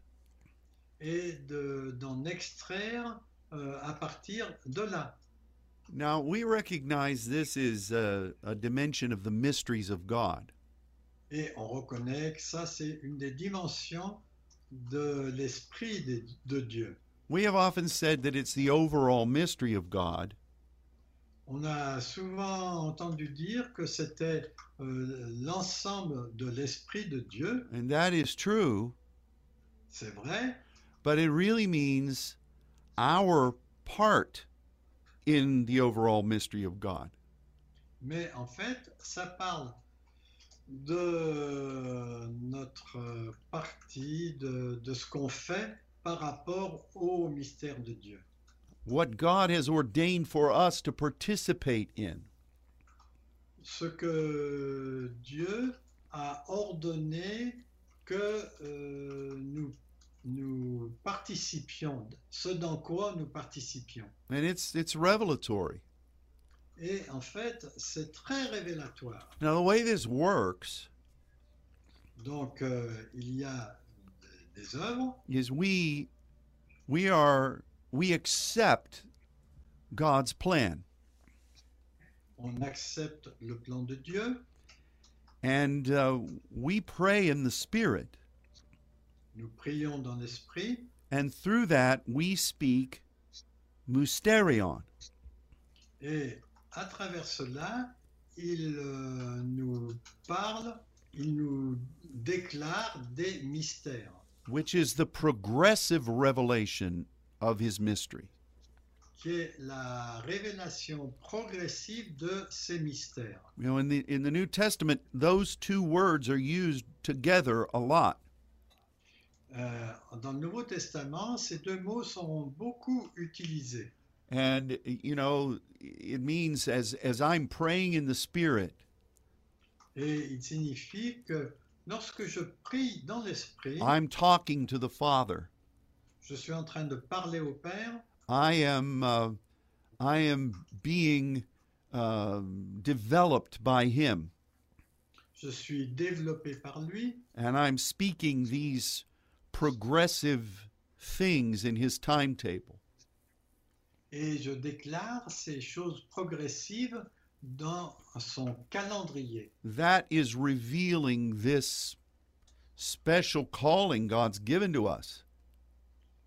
Speaker 2: et de- d'en extraire euh, à partir de là.
Speaker 1: Now, we recognize this is a, a dimension of the mysteries of God.
Speaker 2: Et on reconnaît que ça, c'est une des dimensions de l'esprit de, de Dieu.
Speaker 1: We have often said that it's the overall mystery of God,
Speaker 2: On a souvent entendu dire que c'était euh, l'ensemble de l'esprit de Dieu,
Speaker 1: and that is true,
Speaker 2: c'est vrai,
Speaker 1: but it really means our part in the overall mystery of God.
Speaker 2: mais en fait, ça parle de notre partie, de, de ce qu'on fait par rapport au mystère de Dieu,
Speaker 1: what God has ordained for us to participate in.
Speaker 2: ce que Dieu a ordonné que euh, nous, nous participions, ce dans quoi nous participions.
Speaker 1: And it's, it's revelatory.
Speaker 2: Et en fait, c'est très révélatoire.
Speaker 1: Now, the way this works
Speaker 2: Donc, euh, il y a des- des œuvres
Speaker 1: is we, we are, we accept God's plan.
Speaker 2: on accepte le plan de Dieu,
Speaker 1: And uh, we pray in the Spirit.
Speaker 2: nous prions dans l'esprit,
Speaker 1: And through that, we speak musterion.
Speaker 2: et à travers cela, il euh, nous parle, il nous déclare des mystères,
Speaker 1: which is the progressive revelation of his mystery.
Speaker 2: qui est la révélation progressive de ces mystères.
Speaker 1: You know, in the in the New Testament, those two words are used together a lot.
Speaker 2: Euh, dans le Nouveau Testament, ces deux mots sont beaucoup utilisés.
Speaker 1: And you know, it means as as I'm praying in the spirit,
Speaker 2: Et il signifie que lorsque je prie dans l'esprit,
Speaker 1: I'm talking to the Father.
Speaker 2: je suis en train de parler au Père,
Speaker 1: I am uh, I am being uh, developed by him
Speaker 2: je suis développé par lui
Speaker 1: and I'm speaking these progressive things in his timetable.
Speaker 2: et je déclare ces choses progressives dans son calendrier.
Speaker 1: that is revealing this special calling God's given to us.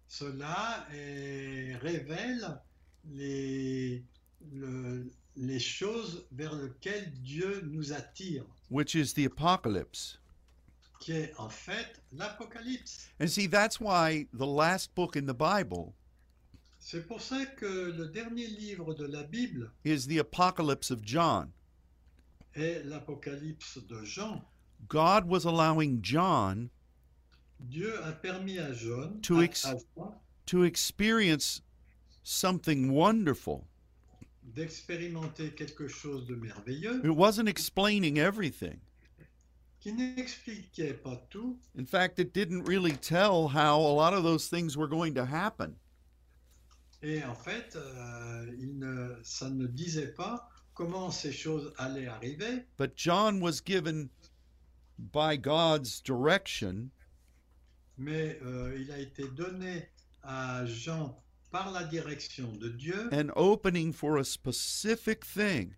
Speaker 2: Cela eh, révèle les, le- les choses vers lesquelles Dieu nous attire,
Speaker 1: Which is the apocalypse.
Speaker 2: qui est en fait l'Apocalypse.
Speaker 1: And see, that's why the last book in the Bible
Speaker 2: C'est pour ça que le dernier livre de la Bible
Speaker 1: is the apocalypse of John.
Speaker 2: est l'Apocalypse de Jean.
Speaker 1: God was allowing John
Speaker 2: Dieu a permis à Jean,
Speaker 1: To
Speaker 2: à-
Speaker 1: ex-
Speaker 2: à Jean
Speaker 1: to experience something wonderful.
Speaker 2: d'expérimenter quelque chose de merveilleux
Speaker 1: It wasn't explaining everything.
Speaker 2: qui n'expliquait pas tout.
Speaker 1: In fact, it didn't really tell how a lot of those things were going to happen.
Speaker 2: Et en fait, euh, il ne- ça ne disait pas comment ces choses allaient arriver,
Speaker 1: But John was given by God's direction
Speaker 2: mais euh, il a été donné à Jean par la direction de Dieu
Speaker 1: an opening for a specific thing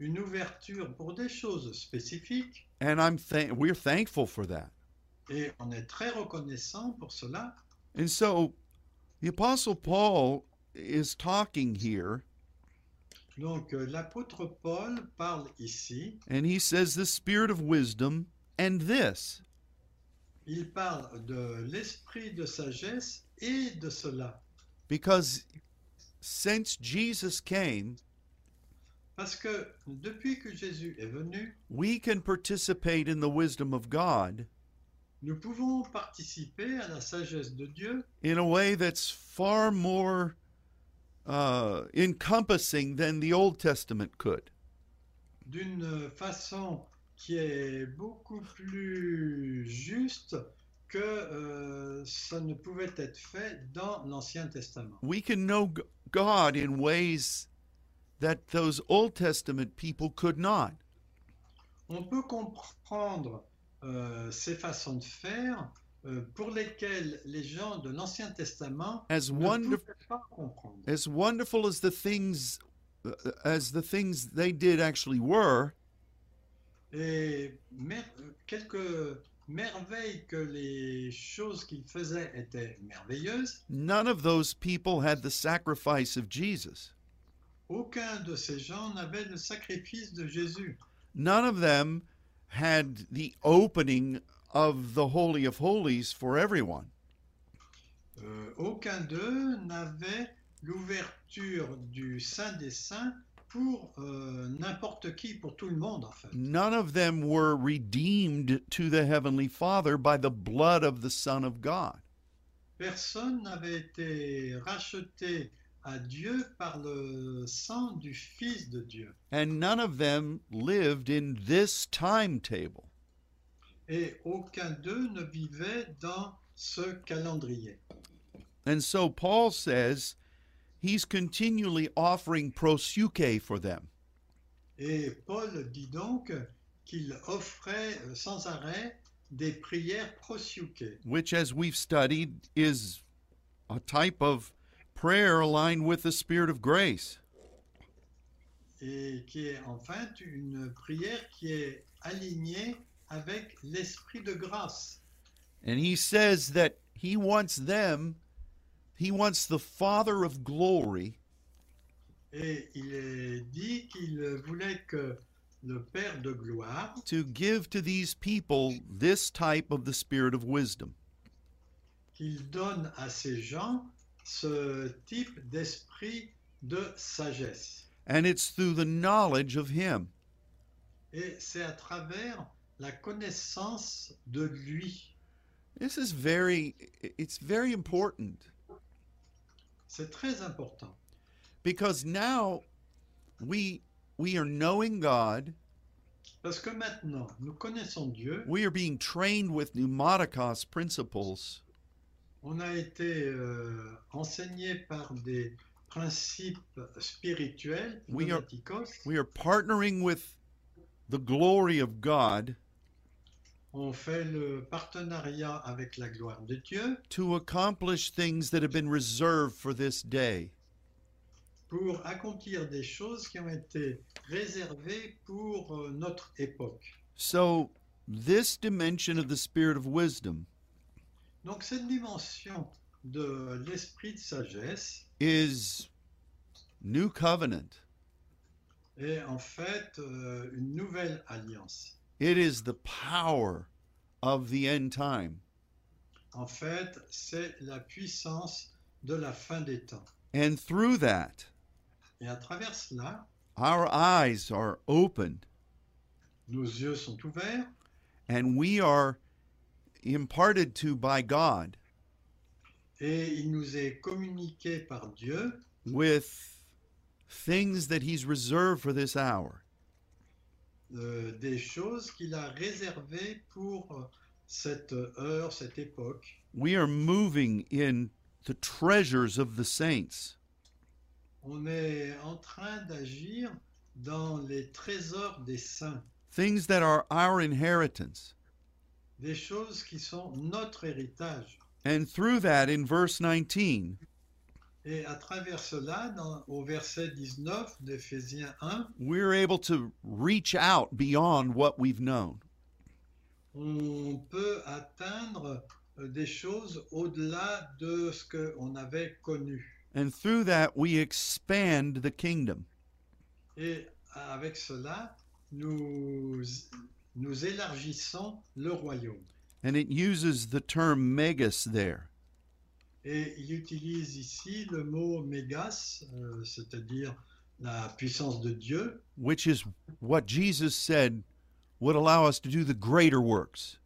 Speaker 2: une ouverture pour des choses spécifiques.
Speaker 1: and i'm thank we're thankful for that
Speaker 2: Et on est très reconnaissant pour cela.
Speaker 1: and so the apostle paul is talking here
Speaker 2: Donc euh, l'apôtre Paul parle ici,
Speaker 1: and he says the spirit of wisdom and this
Speaker 2: il parle de l'esprit de sagesse et de cela.
Speaker 1: because since jesus came
Speaker 2: Parce que depuis que Jésus est venu,
Speaker 1: we can participate in the wisdom of god
Speaker 2: nous pouvons participer à la sagesse de Dieu
Speaker 1: in a way that's far more uh, encompassing than the old testament could
Speaker 2: d'une façon qui est beaucoup plus juste que euh, ça ne pouvait être fait dans l'Ancien Testament.
Speaker 1: we can know G- God in ways that those Old Testament people could not.
Speaker 2: On peut comprendre euh, ces façons de faire euh, pour lesquelles les gens de l'Ancien Testament
Speaker 1: As
Speaker 2: ne
Speaker 1: wonderful
Speaker 2: pouvaient pas comprendre.
Speaker 1: as wonderful as the things uh, as the things they did actually were,
Speaker 2: Et mer- quelques merveilles que les choses qu'ils faisaient étaient merveilleuses,
Speaker 1: none of those people had the sacrifice of Jesus.
Speaker 2: aucun de ces gens n'avait le sacrifice de Jésus.
Speaker 1: None of them had the opening of the holy of holies for everyone.
Speaker 2: Euh, aucun d'eux n'avait l'ouverture du Saint des Saints pour euh, n'importe qui, pour tout le monde en fait.
Speaker 1: None of them were redeemed to the Heavenly Father by the blood of the Son of God.
Speaker 2: Personne n'avait été racheté à Dieu par le sang du Fils de Dieu.
Speaker 1: And none of them lived in this timetable.
Speaker 2: Et aucun d'eux ne vivait dans ce calendrier.
Speaker 1: And so Paul says he's continually offering prosuke for them.
Speaker 2: Et Paul dit donc qu'il offrait euh, sans arrêt des prières prosiuquées,
Speaker 1: which, as we've studied, is a type of prayer aligned with the Spirit of grace.
Speaker 2: et qui est en fait une prière qui est alignée avec l'esprit de grâce.
Speaker 1: And he says that he wants them, he wants the Father of glory
Speaker 2: Et il est dit qu'il voulait que le Père de gloire
Speaker 1: to give to these people this type of the Spirit of wisdom.
Speaker 2: qu'il donne à ces gens ce type d'esprit de sagesse.
Speaker 1: And it's through the knowledge of him.
Speaker 2: Et c'est à travers la connaissance de lui.
Speaker 1: This is very, it's very important
Speaker 2: C'est très important.
Speaker 1: because now we, we are knowing God,
Speaker 2: Parce que maintenant, nous connaissons Dieu,
Speaker 1: we are being trained with pneumaticos principles.
Speaker 2: on a été euh, enseigné par des principes spirituels,
Speaker 1: Oui, on-
Speaker 2: pneumaticos.
Speaker 1: We are partnering with the glory of God
Speaker 2: On fait le partenariat avec la gloire de Dieu
Speaker 1: to accomplish things that have been reserved for this day.
Speaker 2: pour accomplir des choses qui ont été réservées pour euh, notre époque.
Speaker 1: So, this dimension of the spirit of wisdom
Speaker 2: Donc cette dimension de l'esprit de sagesse
Speaker 1: is new covenant.
Speaker 2: est en fait euh, une nouvelle alliance.
Speaker 1: It is the power of the end time.
Speaker 2: En fait, c'est la puissance de la fin des temps.
Speaker 1: And through that,
Speaker 2: Et à travers cela,
Speaker 1: our eyes are opened
Speaker 2: nos yeux sont ouverts
Speaker 1: and we are imparted to by God
Speaker 2: et il nous est communiqué par Dieu
Speaker 1: with things that He's reserved for this hour.
Speaker 2: euh, des choses qu'il a réservées pour euh, cette heure, cette époque.
Speaker 1: We are moving in the treasures of the saints.
Speaker 2: On est en train d'agir dans les trésors des saints,
Speaker 1: Things that are our inheritance.
Speaker 2: des choses qui sont notre héritage.
Speaker 1: And through that, in verse 19,
Speaker 2: Et à travers cela, dans- au verset 19 d'Éphésiens 1,
Speaker 1: we're able to reach out beyond what we've known.
Speaker 2: on peut atteindre euh, des choses au-delà de ce qu'on avait connu.
Speaker 1: And through that, we expand the kingdom.
Speaker 2: Et avec cela, nous, nous élargissons le royaume.
Speaker 1: And it uses the term megas there.
Speaker 2: Et il utilise ici le mot mégas, euh, c'est-à-dire la puissance de Dieu,
Speaker 1: which is what Jesus said would allow us to do the greater works.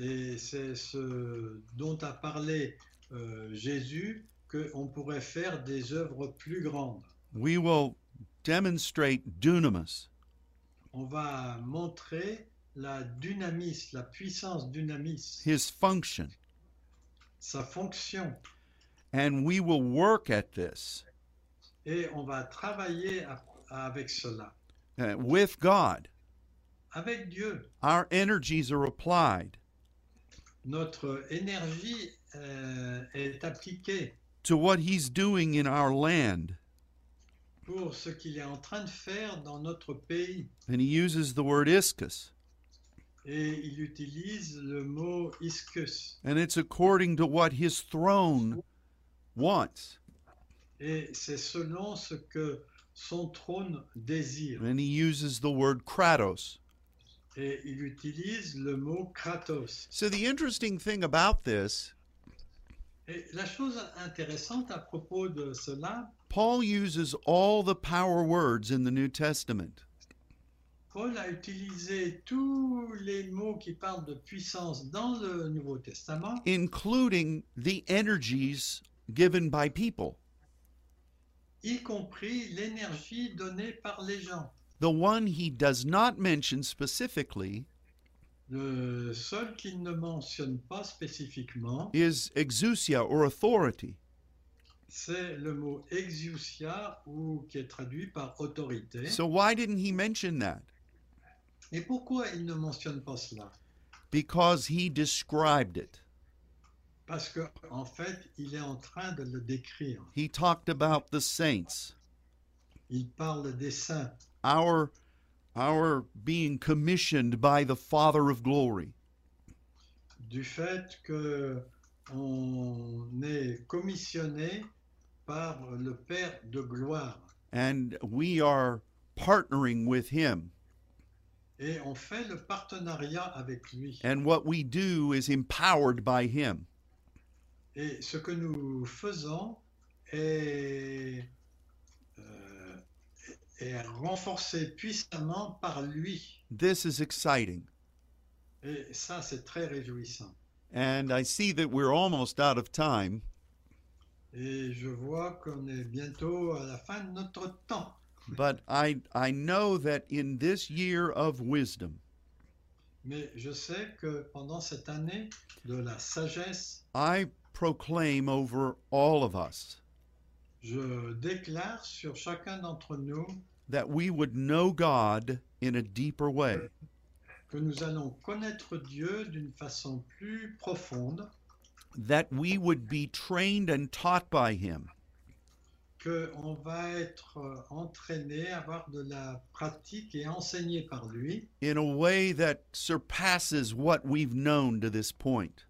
Speaker 2: Et c'est ce dont a parlé euh, Jésus, qu'on pourrait faire des œuvres plus grandes.
Speaker 1: We will demonstrate dunamis,
Speaker 2: On va montrer la dynamis, la puissance dynamis,
Speaker 1: his function,
Speaker 2: sa fonction,
Speaker 1: and we will work at this
Speaker 2: et on va travailler à- avec cela.
Speaker 1: uh, with God.
Speaker 2: Avec Dieu,
Speaker 1: Our energies are applied
Speaker 2: notre énergie euh, est appliquée
Speaker 1: to what he's doing in our land.
Speaker 2: pour ce qu'il est en train de faire dans notre pays.
Speaker 1: And he uses the word ischus,
Speaker 2: Et il utilise le mot iscus.
Speaker 1: and it's according to what his throne wants.
Speaker 2: Et c'est selon ce que son trône désire.
Speaker 1: And he uses the word kratos.
Speaker 2: Et il utilise le mot Kratos.
Speaker 1: So the interesting thing about this
Speaker 2: Et la chose intéressante à propos de cela,
Speaker 1: Paul uses all the power words in the New Testament.
Speaker 2: Paul a utilisé tous les mots qui parlent de puissance dans le Nouveau Testament,
Speaker 1: including the energies given by people.
Speaker 2: y compris l'énergie donnée par les gens.
Speaker 1: The one he does not mention specifically
Speaker 2: Le seul qu'il ne mentionne pas spécifiquement,
Speaker 1: is exousia or authority.
Speaker 2: c'est le mot exousia ou qui est traduit par autorité.
Speaker 1: So why didn't he mention that?
Speaker 2: Et pourquoi il ne mentionne pas cela
Speaker 1: Because he described it.
Speaker 2: Parce que en fait, il est en train de le décrire.
Speaker 1: He talked about the saints,
Speaker 2: Il parle des saints,
Speaker 1: our our being commissioned by the Father of glory.
Speaker 2: du fait que on est commissionné par le Père de gloire
Speaker 1: and we are partnering with him
Speaker 2: et on fait le partenariat avec lui.
Speaker 1: and what we do is empowered by him
Speaker 2: Et ce que nous faisons est, euh, est renforcé puissamment par lui.
Speaker 1: this is exciting
Speaker 2: Et ça, c'est très réjouissant.
Speaker 1: and i see that we're almost out of time
Speaker 2: Et je vois qu'on est bientôt à la fin de notre temps.
Speaker 1: but i i know that in this year of wisdom
Speaker 2: Mais je sais que pendant cette année de la sagesse,
Speaker 1: i proclaim over all of us
Speaker 2: je déclare sur chacun d'entre nous
Speaker 1: that we would know god in a deeper way
Speaker 2: que nous allons connaître Dieu d'une façon plus profonde,
Speaker 1: that we would be trained and taught by him
Speaker 2: qu'on va être euh, entraîné, avoir de la pratique et enseigné par lui
Speaker 1: in a way that surpasses what we've known to this point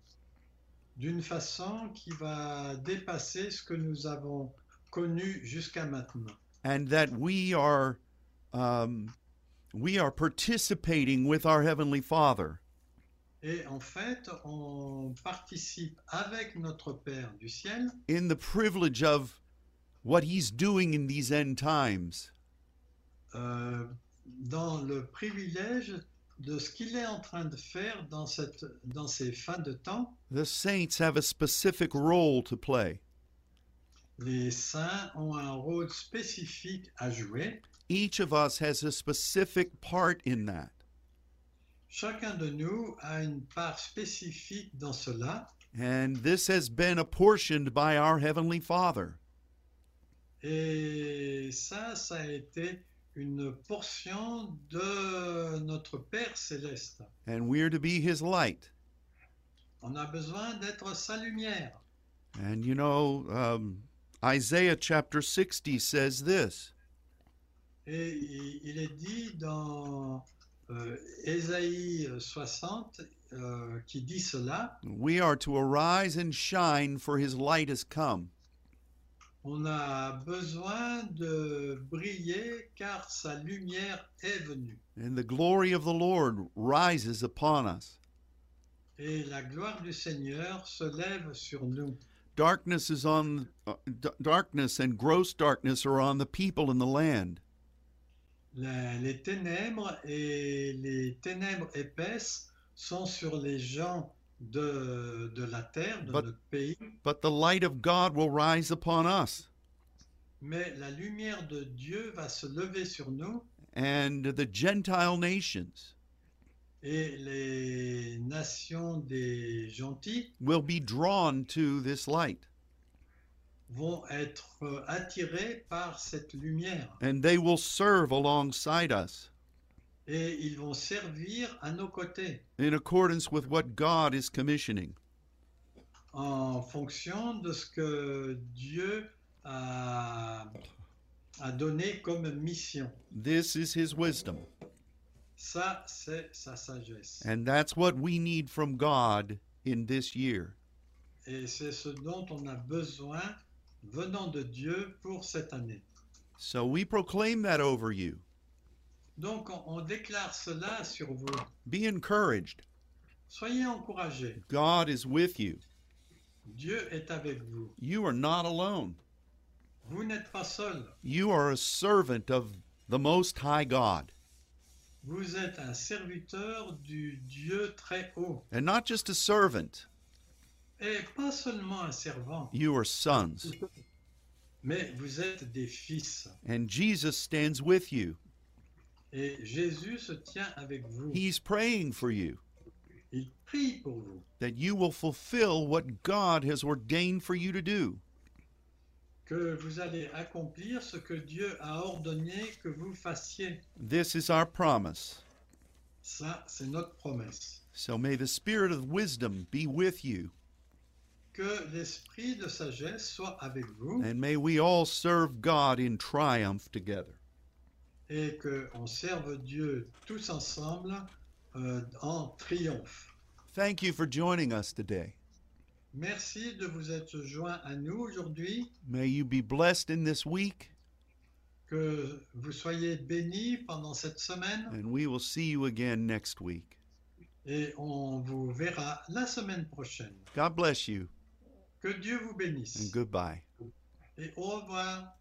Speaker 2: d'une façon qui va dépasser ce que nous avons connu jusqu'à maintenant.
Speaker 1: and that we are um, we are participating with our heavenly father
Speaker 2: Et en fait, on participe avec notre Père du ciel
Speaker 1: in the privilege of what he's doing in these end times
Speaker 2: euh, dans le privilège de ce qu'il est en train de faire dans, cette, dans ces fins de temps.
Speaker 1: the saints have a specific role to play
Speaker 2: Les saints ont un rôle spécifique à jouer.
Speaker 1: each of us has a specific part in that
Speaker 2: Chacun de nous a une part spécifique dans cela.
Speaker 1: and this has been apportioned by our heavenly father
Speaker 2: Et ça, ça a été une portion de notre Père céleste.
Speaker 1: and we're to be his light
Speaker 2: On a besoin d'être sa lumière.
Speaker 1: and you know um, isaiah chapter 60 says this
Speaker 2: Et il- il est dit dans euh, Ésaïe 60 euh, qui dit cela,
Speaker 1: we are to arise and shine for his light has come
Speaker 2: on a besoin de briller car sa lumière est venue.
Speaker 1: And the glory of the Lord rises upon us.
Speaker 2: Et la gloire du Seigneur se lève sur nous.
Speaker 1: Darkness is on uh, d- darkness and gross darkness are on the people in the land.
Speaker 2: La- les ténèbres et les ténèbres épaisses sont sur les gens de, de la terre, de
Speaker 1: But-
Speaker 2: notre pays,
Speaker 1: But the light of God will rise upon us,
Speaker 2: mais la lumière de Dieu va se lever sur nous
Speaker 1: and the Gentile nations
Speaker 2: et les nations des gentils
Speaker 1: will be drawn to this light,
Speaker 2: vont être euh, attirées par cette lumière
Speaker 1: and they will serve alongside us
Speaker 2: et ils vont servir à nos côtés
Speaker 1: in accordance with what God is commissioning.
Speaker 2: en fonction de ce que Dieu a, a donné comme mission.
Speaker 1: This is His wisdom,
Speaker 2: Ça, c'est sa sagesse.
Speaker 1: and that's what we need from God in this year.
Speaker 2: Et c'est ce dont on a besoin venant de Dieu pour cette année.
Speaker 1: So we proclaim that over you.
Speaker 2: Donc, on, on déclare cela sur vous.
Speaker 1: Be encouraged.
Speaker 2: Soyez encouragés.
Speaker 1: God is with you.
Speaker 2: Dieu est avec vous.
Speaker 1: You are not alone.
Speaker 2: Vous n'êtes pas seul,
Speaker 1: You are a servant of the Most High God,
Speaker 2: vous êtes un serviteur du Dieu très haut.
Speaker 1: and not just a servant,
Speaker 2: Et pas seulement un servant,
Speaker 1: you are sons.
Speaker 2: mais vous êtes des fils.
Speaker 1: And Jesus stands with you.
Speaker 2: Et Jésus se tient avec vous.
Speaker 1: He's praying for you
Speaker 2: Il prie pour vous,
Speaker 1: that you will fulfill what God has ordained for you to do.
Speaker 2: que vous allez accomplir ce que Dieu a ordonné que vous fassiez.
Speaker 1: This is our promise.
Speaker 2: Ça, c'est notre promesse.
Speaker 1: So may the Spirit of wisdom be with you,
Speaker 2: Que l'esprit de sagesse soit avec vous
Speaker 1: and may we all serve God in triumph together.
Speaker 2: et que on serve Dieu tous ensemble euh, en triomphe.
Speaker 1: Thank you for joining us today.
Speaker 2: Merci de vous être joints à nous aujourd'hui.
Speaker 1: May you be blessed in this week,
Speaker 2: Que vous soyez bénis pendant cette semaine
Speaker 1: and we will see you again next week.
Speaker 2: et on vous verra la semaine prochaine.
Speaker 1: God bless you,
Speaker 2: Que Dieu vous
Speaker 1: and
Speaker 2: bénisse
Speaker 1: goodbye.
Speaker 2: et au revoir.